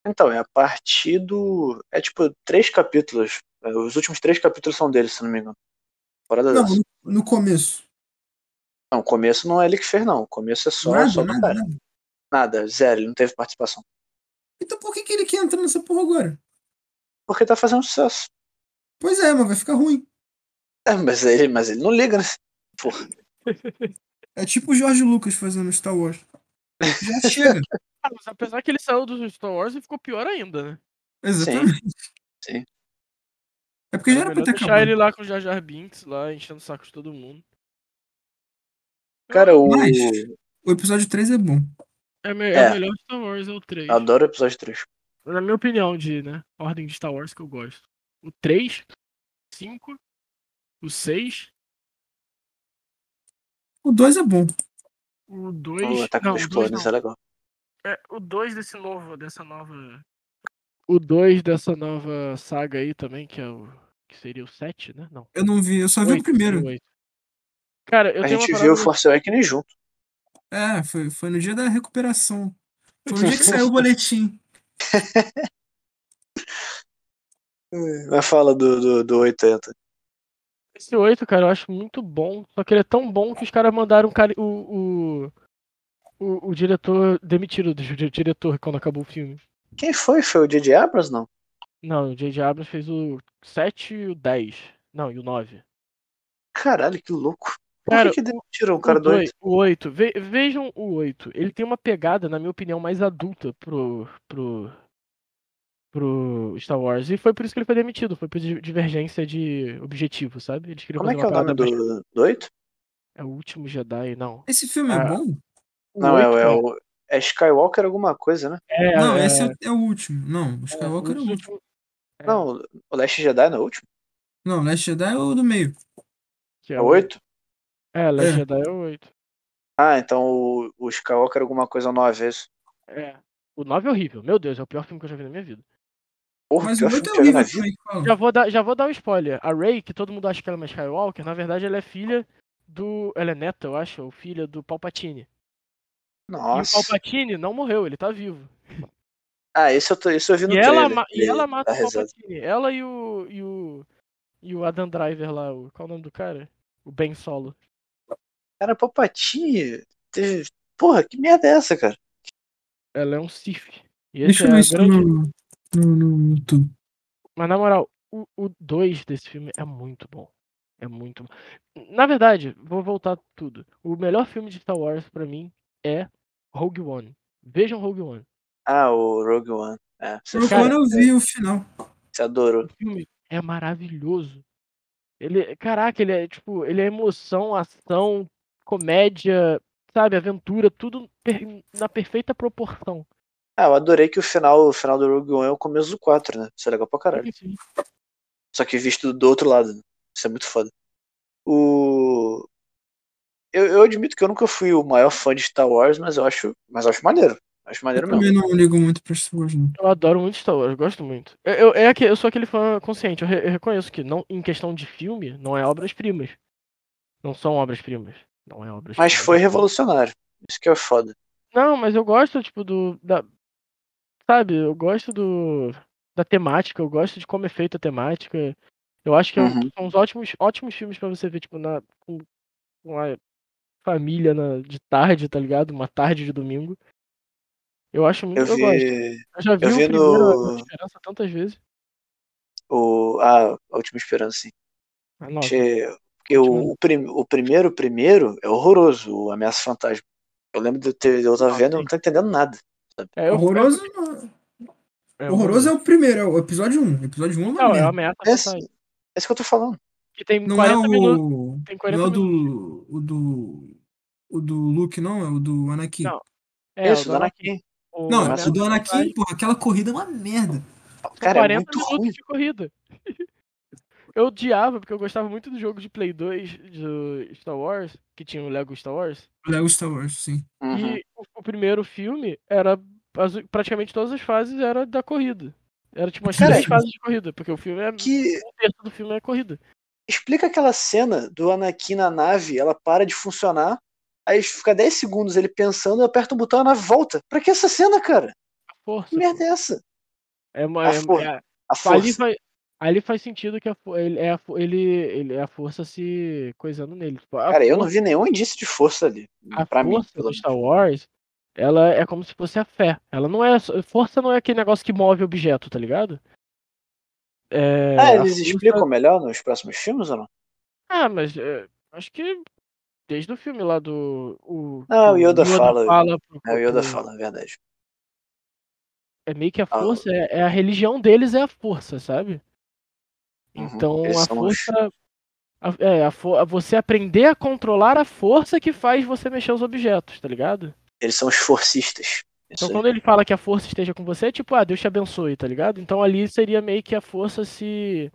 S2: Então, é a partir do. É tipo três capítulos. É, Os últimos três capítulos são dele, se não me engano. Fora da
S1: Não,
S2: dança.
S1: no, no começo.
S2: Não, o começo não é ele que fez, não. O começo é só,
S1: Nada,
S2: só do
S1: nada,
S2: cara.
S1: nada.
S2: Nada, zero, ele não teve participação.
S1: Então por que que ele quer entrar nessa porra agora?
S2: Porque tá fazendo sucesso.
S1: Pois é, mas vai ficar ruim.
S2: É, mas ele, mas ele não liga, né?
S1: É tipo o Jorge Lucas fazendo Star Wars. Já chega.
S3: Ah, mas apesar que ele saiu do Star Wars, ele ficou pior ainda, né?
S1: Exatamente.
S2: Sim.
S1: É porque já
S3: Era
S1: era pra
S3: Então, melhor
S1: ter
S3: deixar
S1: acabado.
S3: ele lá com o Jar Jar Binks, lá enchendo o saco de todo mundo.
S2: Cara, o.
S1: Mas- O episódio 3 é bom.
S3: É, me- é
S2: É.
S3: o melhor Star Wars, é o 3.
S2: Eu adoro o episódio 3.
S3: Na minha opinião, de né, ordem de Star Wars que eu gosto. O 3, 5, o 6,
S1: O 2 é bom.
S3: o
S2: O
S3: 2.
S2: Ataque
S3: Não,
S2: dos
S3: o 2
S2: Clones é
S3: não.
S2: legal.
S3: É, o 2 desse novo, dessa nova. O 2 dessa nova saga aí também, que é o. Que seria o 7, né? Não.
S1: Eu não vi, eu só vi o
S3: oito,
S1: primeiro.
S3: oito. Cara, eu
S2: A
S3: tenho
S2: gente
S3: uma
S2: viu o
S3: parada...
S2: Force Awakens junto.
S1: É, foi, foi no dia da recuperação. Foi no dia que saiu o boletim. É.
S2: Na fala do, do, do 80.
S3: Esse 8, cara, eu acho muito bom. Só que ele é tão bom que os caras mandaram o cara- o, o, o, o diretor demitido, o di- diretor, quando acabou o filme.
S2: Quem foi? Foi o J.J. Abrams, não?
S3: Não, o J.J. Abrams fez o 7 e o 10. Não, e o 9.
S2: Caralho, que louco. Por
S3: Cara,
S2: que, que demitiram o cara
S3: o
S2: do
S3: dois-
S2: oito?
S3: O 8. vejam o 8. Ele tem uma pegada, na minha opinião, mais adulta pro, pro, pro Star Wars. E foi por isso que ele foi demitido. Foi por di- divergência de objetivo, sabe? Eles queriam
S2: Como é
S3: fazer
S2: que é o
S3: uma
S2: nome
S3: parada mais-
S2: do, do 8?
S3: É o último Jedi, não.
S1: Esse filme é
S3: Ah,
S1: bom?
S3: O
S2: Não,
S3: oito,
S2: é, é
S3: cara.
S2: o. É Skywalker alguma coisa, né?
S3: É,
S1: Não,
S3: é,
S1: esse é, é o último. Não, o Skywalker é o
S3: último-
S1: último.
S3: É.
S2: Não, o Last Jedi não é o último?
S1: Não, Last Jedi é o do meio.
S3: que
S2: É o 8?
S3: É, Last
S1: É.
S3: Jedi é o 8.
S2: Ah, então o, o Skywalker alguma coisa não é vez.
S3: É. O 9 é horrível. Meu Deus, é o pior filme que eu já vi na minha vida.
S2: Porra,
S1: Mas o
S2: pior filme
S1: outro
S2: que
S1: é
S2: eu vi na
S1: horrível
S2: vida.
S3: né?
S1: também, que fala.
S3: Já vou dar, já vou dar um spoiler. A Rey, que todo mundo acha que ela é uma Skywalker, na verdade ela é filha do. Ela é neta, eu acho, ou filha do Palpatine. E o
S2: Nossa.
S3: Palpatine não morreu, ele tá vivo.
S2: Ah, esse eu, tô, esse eu vi no
S3: E
S2: trailer. Tá
S3: ela, ma- e
S2: Ele
S3: ela
S2: dá
S3: mata o
S2: risada.
S3: Palpatine. Ela e o. E o, e o Adam Driver lá, o, qual é o nome do cara? O Ben Solo.
S2: Cara, Palpatine. Teve... Porra, que merda é essa, cara?
S3: Ela é um Sith. E
S1: Deixa
S3: esse
S1: eu
S3: é
S1: ver
S3: a
S1: isso
S3: grande...
S1: no, no, no, no YouTube.
S3: Mas na moral, o o 2 desse filme é muito bom. É muito bom. Na verdade, vou voltar tudo. O melhor filme de Star Wars pra mim é Rogue One. Vejam Rogue One.
S2: Ah, o Rogue One. É, você,
S1: Rogue
S3: Cara,
S1: One eu vi o final.
S2: você adorou.
S3: O filme é maravilhoso. Ele, caraca, ele é tipo, ele é emoção, ação, comédia, sabe, aventura, tudo per- na perfeita proporção.
S2: Ah, eu adorei que o final, o final do Rogue One é o começo do 4, né? Isso é legal pra caralho.
S3: Sim,
S2: Só que visto do outro lado. né? Isso é muito foda. O. Eu, eu admito que eu nunca fui o maior fã de Star Wars, mas eu acho. Mas eu acho maneiro. Acho maneiro
S1: Eu
S2: mesmo.
S1: também não ligo muito pra Star Wars, não.
S3: Eu adoro muito Star Wars, gosto muito. Eu, eu, é aque- eu sou aquele fã consciente, eu, re- eu reconheço que não, em questão de filme, não é obras-primas. Não são obras-primas. Não é obras
S2: Mas foi revolucionário. Isso que é foda.
S3: Não, mas eu gosto, tipo, do. Da, sabe, eu gosto do. Da temática, eu gosto de como é feita a temática. Eu acho que é um-
S2: Uhum.
S3: são uns ótimos, ótimos filmes pra você ver, tipo, na, com, com a família na- de tarde, tá ligado? Uma tarde de domingo. Eu acho muito.
S2: Eu
S3: Eu, gosto.
S2: vi
S3: Eu já vi,
S2: eu
S3: o
S2: vi
S3: primeiro
S2: no-
S3: A Esperança tantas vezes.
S2: o. Ah, a Última Esperança, sim.
S3: Ah, nossa.
S2: Achei- Porque o, o, prim- o primeiro, o primeiro é horroroso, o Ameaça Fantasma. Eu lembro de eu, ter, de eu
S3: Ah,
S2: estar vendo e não tô entendendo nada.
S3: É, eu-
S1: Horroroso, não.
S3: é
S1: horroroso é o primeiro, é o episódio 1. Episódio 1 é uma
S3: Não, é
S1: merda.
S3: uma ameaça
S2: É
S3: fantasma.
S2: esse, esse que eu tô falando.
S3: Que tem
S1: Não é
S3: 40 minutos.
S1: o.
S3: Tem 40
S1: Não é o do.
S3: minutos.
S1: O do. O do Luke, não, é o do Anakin.
S3: Não,
S1: Não,
S3: É,
S2: esse,
S3: o do Anakin. O
S1: é
S3: Ameaça
S1: o do
S3: Fantasma.
S1: Anakin, porra, aquela corrida é uma merda.
S3: São
S2: Cara, é
S3: 40
S2: muito
S3: minutos
S2: ruim.
S3: de corrida. Eu odiava, porque eu gostava muito do jogo de Play 2 do Star Wars, que tinha o Lego Star Wars.
S1: Lego É Star Wars, sim.
S2: Uhum.
S3: E o, o primeiro filme era. as- praticamente todas as fases era da corrida. Era tipo umas
S1: Cara,
S3: três fases de corrida, porque o filme é.
S2: é Que
S3: Um terço do filme é corrida.
S2: explica aquela cena do Anakin na nave, ela para de funcionar, aí fica 10 segundos ele pensando, aperta o botão e a nave volta. Pra que essa cena, cara?
S3: A força.
S2: Que merda é essa?
S3: É uma.
S2: A
S3: é-
S2: força.
S3: é-
S2: A
S3: ali,
S2: força.
S3: faz, ali faz sentido que a, fo- ele, é a, fo- ele, ele é a força se coisando nele. Tipo, a
S2: Cara, eu não
S3: força-
S2: vi nenhum indício de força ali.
S3: a
S2: Pra mim,
S3: força
S2: pelo
S3: do
S2: menos.
S3: Star Wars, ela é como se fosse a fé. Ela não é. Força não é aquele negócio que move objeto, tá ligado? É,
S2: Ah,
S3: a
S2: eles
S3: força-
S2: explicam melhor nos próximos filmes ou não?
S3: Ah, mas é, acho que desde o filme lá do. O,
S2: Ah, o
S3: que
S2: Yoda fala.
S3: pro-
S2: É, o Yoda
S3: pro-
S2: fala, é verdade.
S3: É meio que a
S2: Ah.
S3: força, é, é a religião deles é a força, sabe?
S2: Uhum,
S3: Então
S2: eles
S3: a
S2: são os-
S3: força. a- é, a fo- a você aprender a controlar a força que faz você mexer os objetos, tá ligado?
S2: Eles são os forcistas. Isso
S3: Então
S2: aí.
S3: quando ele fala que a força esteja com você, é tipo, ah, Deus te abençoe, tá ligado? Então ali seria meio que a força se.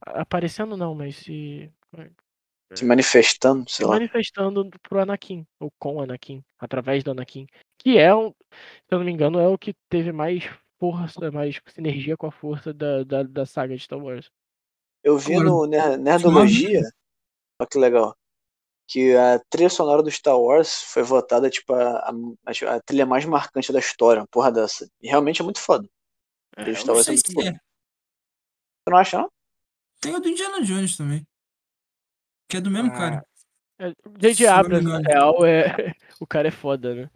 S3: Aparecendo não, mas se.
S2: Se manifestando, sei
S3: se
S2: lá.
S3: manifestando pro Anakin, ou com o Anakin, através do Anakin. Que é um. Se eu não me engano, é o que teve mais força, mais sinergia com a força da, da, da saga de Star Wars.
S2: Eu vi
S1: Agora, é,
S2: no Ner- Nerdologia, olha que legal, que a trilha sonora do Star Wars foi votada tipo a, a- a trilha mais marcante da história, uma porra dessa. E realmente é muito foda.
S3: É,
S2: Eles
S3: eu
S1: Eu
S2: Star
S1: não
S2: Wars é
S1: sei
S2: muito
S1: se
S2: bom.
S1: é.
S2: Você não acha, não?
S1: Tem o do Indiana Jones também. Que é do mesmo
S3: Ah,
S1: cara.
S3: É, J.J.
S1: Se eu não me
S3: Abrams, na
S1: engano.
S3: real, é... o cara é foda, né?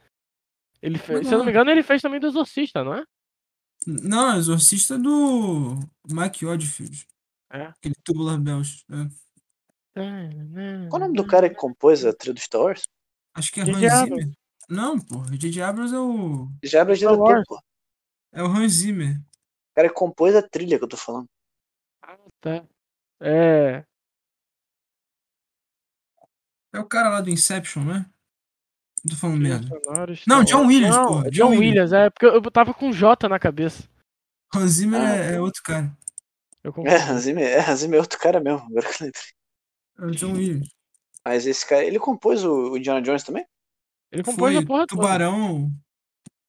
S3: Ele fez...
S1: Mas
S3: Se
S1: não
S3: eu não me
S1: é.
S3: engano, ele fez também do Exorcista, não é?
S1: Não, é Exorcista do Mike Oddfield.
S3: É?
S1: Aquele Tubular Bells. é.
S2: Qual o nome do cara que compôs a trilha do Star Wars?
S1: Acho que é
S3: J.J.
S1: Hans Zimmer.
S3: Abrams.
S1: Não, porra. J.J. Abrams é o...
S2: Já abre
S3: Star
S2: diretor,
S3: Wars.
S2: pô. O
S1: É o Hans Zimmer.
S2: cara que compôs a trilha que eu tô falando.
S3: Ah, tá. É.
S1: É o cara lá do Inception, né? Tô falando
S3: trilha
S1: merda.
S3: sonora, Star
S1: Não, John
S3: Wars.
S1: Williams,
S3: Não,
S1: porra,
S3: é
S1: John
S3: John Williams, é porque eu eu tava com J na cabeça.
S1: Hans Zimmer
S2: Ah,
S1: é, é outro cara.
S3: Eu
S2: É,
S3: confundi.
S2: Hans Zimmer, é, Hans Zimmer é outro cara mesmo. Agora que eu lembrei.
S1: É o John Williams.
S2: Mas esse cara, ele compôs o, o Indiana Jones também?
S3: Ele compôs
S1: Foi
S3: a porra toda.
S1: Tubarão.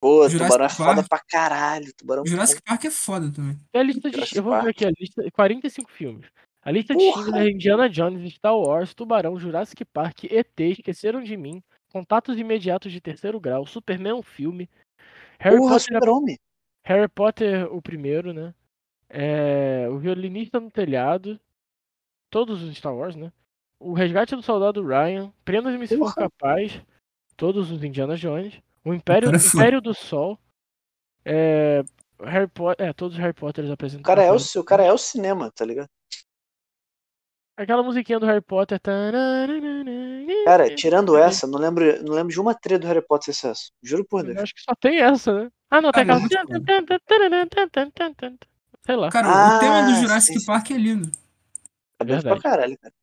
S2: Pô,
S1: Jurassic
S2: Tubarão é foda
S1: Park.
S2: pra caralho. Tubarão é muito
S1: Jurassic Park é foda também.
S3: Tem a lista de.
S2: Jurassic
S3: Eu vou ver
S2: Park.
S3: aqui a lista. 45 filmes. A lista
S2: Porra!
S3: de filmes é Indiana Jones, Star Wars, Tubarão, Jurassic Park, ET, Esqueceram de Mim, Contatos Imediatos de Terceiro Grau, Superman um filme,
S2: bom.
S3: Harry,
S2: é um Porra,
S3: Potter,
S2: Super-Homem.
S3: Harry Potter o primeiro, né? É, o Violinista no Telhado, todos os Star Wars, né? O Resgate do Soldado Ryan, Prendas me se for
S2: Porra!
S3: capaz, todos os Indiana Jones, o Império,
S1: cara é foda.
S3: Império do Sol, é, Harry Potter, é, todos os Harry Potters apresentam.
S2: O cara, é o, ci- o cara é o cinema, tá ligado?
S3: Aquela musiquinha do Harry Potter.
S2: Cara, tirando
S3: Uhum.
S2: essa, não lembro, não lembro de uma trilha do Harry Potter sucesso. Juro por
S3: Eu
S2: Deus.
S3: acho que só tem essa, né? Ah, não, tem
S1: Cara,
S3: aquela. Sei lá.
S1: Cara, o
S2: Ah,
S1: tema do
S2: sim,
S1: Jurassic
S2: sim.
S1: Park é lindo.
S2: É bom pra
S3: verdade.
S2: caralho, cara.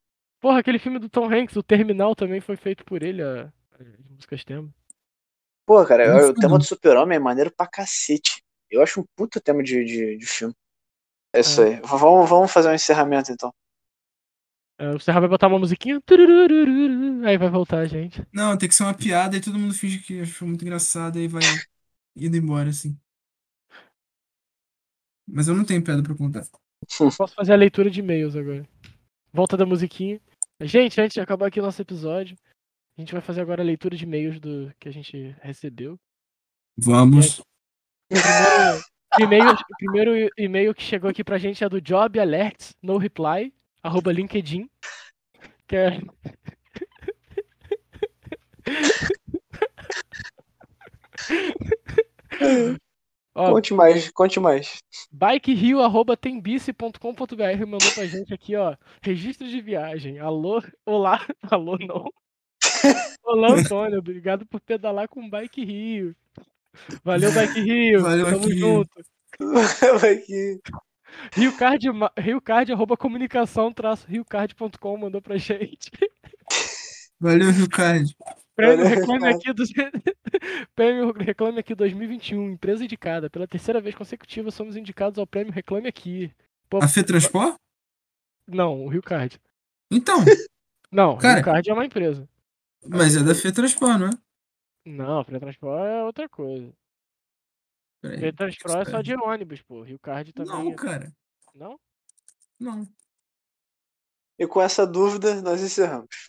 S3: Porra, aquele filme do Tom Hanks, o Terminal, também foi feito por ele, a... as músicas tema.
S2: Pô, cara,
S1: É um
S2: eu- o
S1: filme.
S2: tema do Super-Homem é maneiro pra cacete. Eu acho um puta tema de, de, de filme. É isso
S3: É.
S2: aí. V- Vamos, vamos fazer um encerramento então.
S3: É, o Serra vai botar uma musiquinha. turururururu, Aí vai voltar a gente.
S1: Não, tem que ser uma piada e todo mundo finge que achou muito engraçado e vai indo embora, assim. Mas eu não tenho piada pra contar.
S3: Posso fazer a leitura de e-mails agora. Volta da musiquinha. Gente, antes de acabar aqui o nosso episódio, a gente vai fazer agora a leitura de e-mails do que a gente recebeu.
S1: Vamos.
S3: Primeiro, o primeiro e-mail que chegou aqui pra gente é do Job Alerts, no reply, arroba LinkedIn. Que é... Uhum. Ó,
S2: Conte mais, conte mais.
S3: bikerio, arroba tembice.com.br mandou pra gente aqui, ó. Registro de viagem. Alô, olá, alô não. Olá, Antônio. Obrigado por pedalar com o Bike Rio. Valeu, Bike Rio.
S1: Valeu,
S3: Tamo
S1: Bike Rio.
S3: junto.
S2: Vai que-
S3: Riocard, ma- Riocard, arroba comunicação, traço, riocard.com, mandou pra gente.
S1: Valeu, Ricardo.
S3: Prêmio
S2: Valeu,
S3: Reclame Aqui, dos... Prêmio Reclame Aqui 2021, empresa indicada. Pela terceira vez consecutiva, somos indicados ao Prêmio Reclame Aqui. Pô,
S1: A Fê Transport?
S3: não, o Riocard.
S1: Então,
S3: Não, o
S1: Cara-
S3: Riocard é uma empresa.
S1: mas é da Fê Transport, não é?
S3: Não, Fretranspro é outra coisa.
S1: Peraí.
S3: Fretranspro é só de ônibus, pô. Riocard também
S1: Não,
S3: é.
S1: cara.
S3: Não?
S1: Não.
S2: E com essa dúvida, nós encerramos.